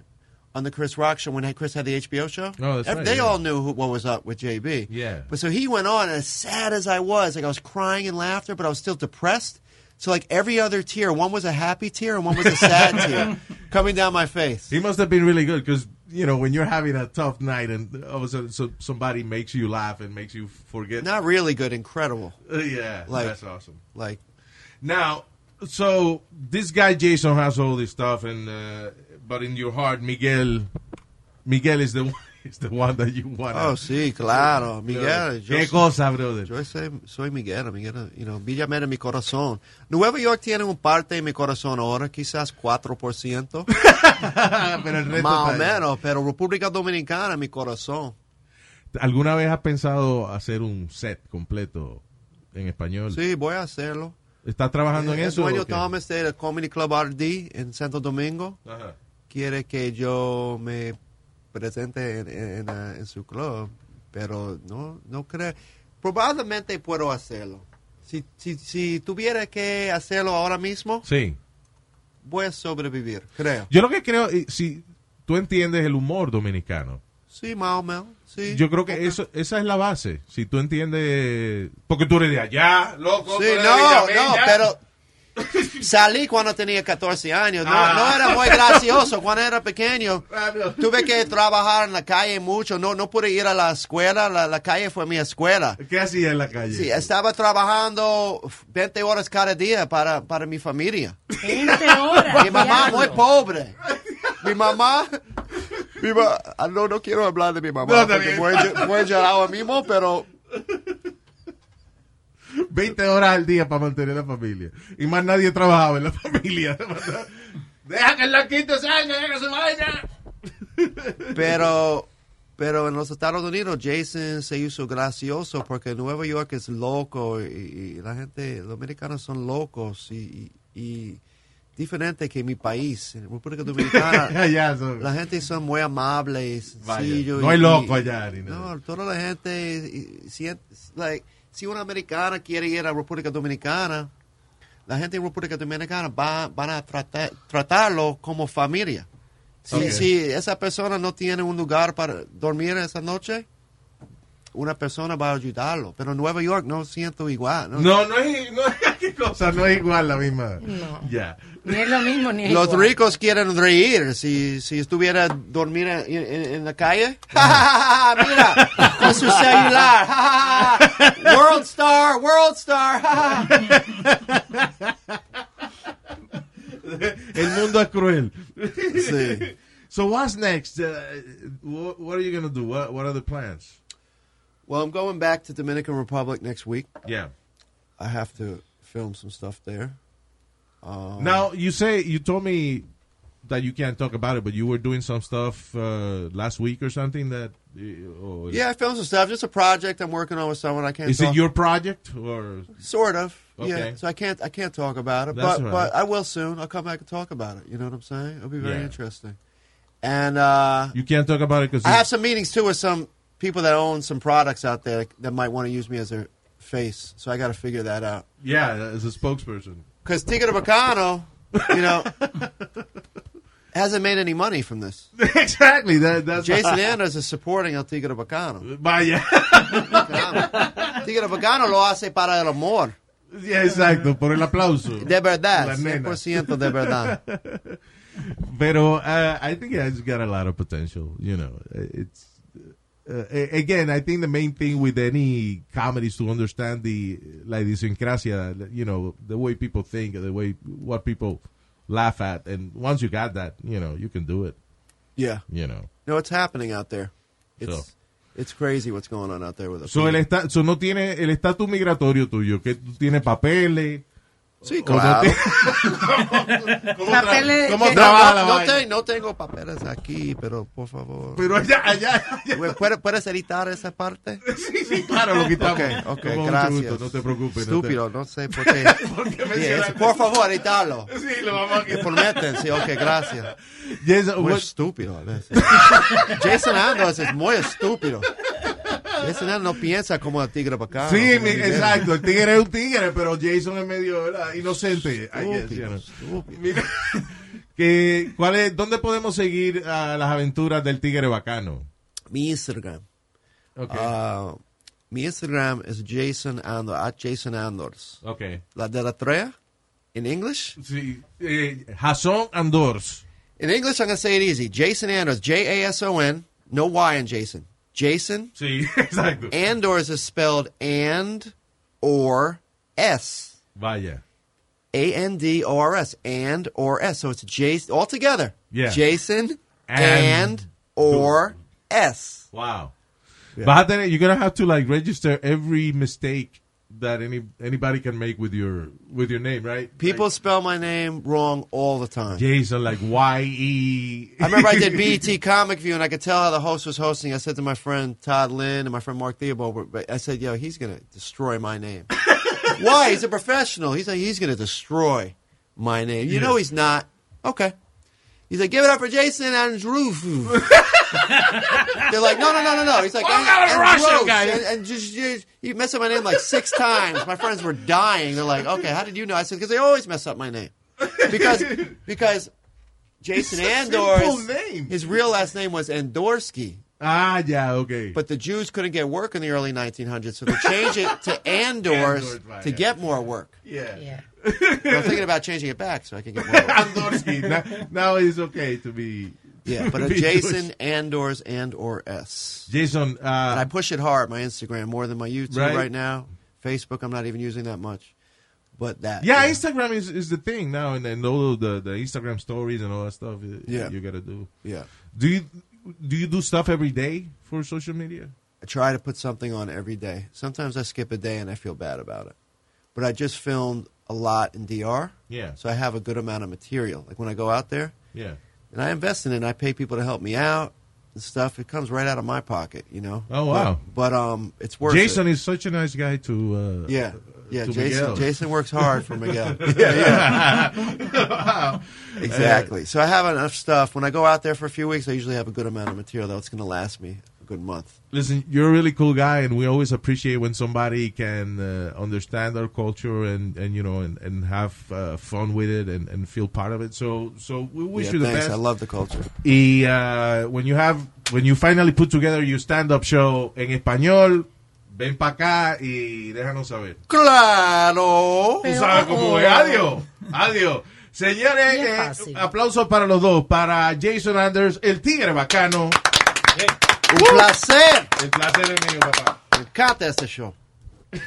on the Chris Rock show when Chris had the HBO show.
Oh, that's
Ev-
right,
They
yeah.
all knew who, what was up with JB.
Yeah.
but so he went on, and as sad as I was, like I was crying in laughter, but I was still depressed. So like every other tear, one was a happy tear and one was a sad tear coming down my face.
He must have been really good because you know, when you're having a tough night and all of a sudden so, somebody makes you laugh and makes you forget.
Not really good, incredible.
Uh, yeah,
Like-
that's awesome.
Like,
Now, so this guy Jason has all this stuff, and uh, but in your heart, Miguel, Miguel is the one, is the one that you want.
oh, sí, claro, Miguel. yo
qué
soy-
cosa, brother.
Yo soy, soy Miguel, Miguel, you know, Villamera en mi corazón. Nueva York tiene un parte en mi corazón ahora, quizás 4%,
Pero el resto
más o
está ahí.
menos, pero República Dominicana en mi corazón.
¿Alguna vez has pensado hacer un set completo en español?
Sí, voy a hacerlo.
¿Estás trabajando en
el
eso?
dueño
o qué?
Thomas del Comedy Club RD en Santo Domingo
Ajá.
quiere que yo me presente en, en- en, eh, en su club, pero no, no creo. Probablemente puedo hacerlo. Si, si, si tuviera que hacerlo ahora mismo,
Sí.
voy a sobrevivir, creo.
Yo lo que creo, eh, si tú entiendes el humor dominicano,
Sí, más o menos. Sí.
yo creo que eso, esa es la base. Si tú entiendes, porque tú eres de allá, loco. tú
Sí,
eres de
no,
Villamella.
no, pero salí cuando tenía 14 años. No,
Ah.
no era muy gracioso cuando era pequeño.
Ah, no.
Tuve que trabajar en la calle mucho. No, no pude ir a la escuela. La, la calle fue mi escuela.
¿Qué hacía en la calle?
Sí, estaba trabajando 20 horas cada día para, para mi familia.
20 horas.
Mi mamá pues.
diablo.
muy pobre. Mi mamá... Mi ma- ah, no, no quiero hablar de mi mamá.
No, está
porque
bien.
voy, a ll- voy a llorar ahora mismo, pero...
20 horas al día para mantener la familia. Y más nadie trabajaba en la familia. Deja que el loquito salga, deja que se vaya.
Pero, pero en los Estados Unidos, Jason se hizo gracioso porque Nueva York es loco y, y la gente, los americanos son locos y, y- y diferente que mi país. En República Dominicana,
Allá son-
Ah. la gente son muy amables.
Vaya,
sencillo
no
y-
hay loco
y-
allá ni nada.
No, toda la gente, y- y sien- like, si una americana quiere ir a República Dominicana, la gente en República Dominicana va, van a tratar, tratarlo como familia. Si,
Ok.
si esa persona no tiene un lugar para dormir esa noche, una persona va a ayudarlo. Pero en Nueva York no siento igual. ¿no?
No, no es, no es- qué cosa, no es igual la misma.
No.
Ya.
Ni es lo mismo, ni es
Los
igual.
ricos quieren reír. Si, si estuviera dormir en, en- en la calle, mira, con su celular. world star, world star.
El mundo es cruel.
sí.
So what's next? Uh, what, what are you going to do? What, what are the plans?
Well, I'm going back to Dominican Republic next week.
Yeah.
I have to film some stuff there. Um,
Now, you say, you told me that you can't talk about it, but you were doing some stuff uh, last week or something that... uh, or-
Yeah, I filmed some stuff. Just a project I'm working on with someone. I can't.
Is
talk-
it your project or...
Sort of. Yeah.
Okay.
So I can't. I can't talk about it.
That's all
but
right.
but I will soon. I'll come back and talk about it. You know what I'm saying? It'll be very
Yeah.
interesting. And uh,
You can't talk about it because...
I have some meetings too with some people that own some products out there that might want to use me as their face. So I got to figure that out.
Yeah, as a spokesperson.
Because Ticket of Bacano, you know, hasn't made any money from this.
exactly. That, that's
Jason Anders is supporting El Tigre Bacano.
Vaya.
Claro. Tigre Bacano lo hace para el amor.
yeah, exacto. Por el aplauso.
De verdad.
La nena.
100% de verdad.
Pero uh, I think it's got a lot of potential. You know, it's uh, again. I think the main thing with any comedy is to understand the la idiosincrasia. You know, the way people think, the way what people laugh at, and once you got that, you know, you can do it.
Yeah.
You know.
No, it's happening out there. It's,
So.
it's crazy what's going on out there with us.
So, el esta- so no tiene el estatus migratorio tuyo, que tú tienes papeles. o
Sí,
no
claro.
tiene-
Papeles
¿Cómo
eh, que-
trabaja la
No,
vaina?
te- no tengo papeles aquí, pero por favor.
Pero allá, allá, allá.
Güey, ¿Puedes, puedes editar esa parte?
Sí, sí, claro, lo quitamos.
Ok, ok,
Con mucho
gracias.
gusto, no te preocupes. no te-
Estúpido, no, sé por qué.
Porque
Sí,
mencionaste-
es- por favor, editarlo.
Sí, lo vamos a
Te
quitar.
prometen, sí, ok, gracias.
Jason,
Muy
what-
estúpido a veces. Jason Andros es muy estúpido. Jason Andros no piensa como el tigre bacano.
sí,
como
mi-
Miguel.
exacto. El tigre es un tigre, pero Jason es medio ¿verdad? inocente. I guess, you
Estúpido,
know.
estúpido.
Mira, que, ¿cuál es, ¿dónde podemos seguir a las aventuras del tigre bacano?
Mi Instagram.
Ok.
ah, mi Instagram es Jason Andors, at Jason Andors.
ok.
La de la trea, en English,
Sí, eh, Jason Andors.
In English, I'm going to say it easy. Jason Anders, J A S O N, no Y in Jason. Jason
Sí, exacto.
Eh. Anders is spelled and or S.
Vaya.
A N D O R S. And or S. So it's Jason all together.
Yeah.
Jason
And-
and, or S.
Wow. Vas a tener, you're gonna have to like register every mistake that any anybody can make with your with your name, right?
People spell my name wrong all the time.
like, Jason, like Y E.
I remember I did BET Comic View, and I could tell how the host was hosting. I said to my friend Todd Lynn and my friend Mark Theobald, but- but I said, "Yo, he's gonna destroy my name. Why? He's a professional. He's like, he's gonna destroy my name. You know,
Yeah.
he's not. Okay. He's like, give it up for Jason Andrew. They're like, no, no, no, no, no. He's like,
Well, I'm not a
Andrews,
Russian guy.
And, and just, just- you mess up my name like six times. My friends were dying. They're like, okay, how did you know? I said, because they always mess up my name. Because, because Jason
It's a
Andor.
simple
is-
name.
His real last name was Andorsky,
ah, yeah, okay.
but the Jews couldn't get work in the early 1900s, so they changed it to Andors
Andors, right,
to
yeah.
get more work.
yeah.
Yeah.
But I'm thinking about changing it back so I can get more work.
Andorsky. now, now it's okay to be.
Yeah, but a
be
Jason
Jewish.
Andors and or S.
Jason.
And I
Uh,
push it hard my Instagram more than my YouTube
Right.
right, now. Facebook, I'm not even using that much, but that.
yeah, Instagram is, is the thing now, and then all the the Instagram stories and all that stuff. uh,
Yeah.
you gotta do.
yeah.
Do you do you do stuff every day for social media?
I try to put something on every day. Sometimes I skip a day and I feel bad about it. But I just filmed a lot in DR.
Yeah.
So I have a good amount of material. Like when I go out there
Yeah.
and I invest in it, and I pay people to help me out and stuff. It comes right out of my pocket, you know.
Oh, wow.
But, but, um it's worth
Jason
it.
is such a nice guy to. Uh,
Yeah. Yeah,
to
Jason
Miguel.
Jason works hard for Miguel. yeah, yeah. Exactly. So I have enough stuff. When I go out there for a few weeks, I usually have a good amount of material that's going to last me a good month.
Listen, you're a really cool guy, and we always appreciate when somebody can uh, understand our culture and, and you know and, and have uh, fun with it and, and feel part of it. So so we wish
yeah,
you the
thanks.
best.
I love the culture.
y uh, when you have when you finally put together your stand up show en español, ven pa acá y déjanos saber.
Claro.
Tú sabes cómo es. Adiós. Adiós. Señores,
oh. Bien
eh,
fácil.
aplausos para los dos, para Jason Anders, el tigre bacano.
Un placer.
El placer es mío, papá.
Me encanta este show.
El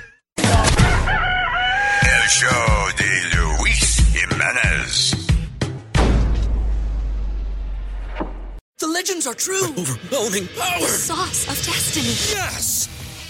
show de Luis Jiménez.
The legends are true. overwhelming power! sauce of destiny. Yes!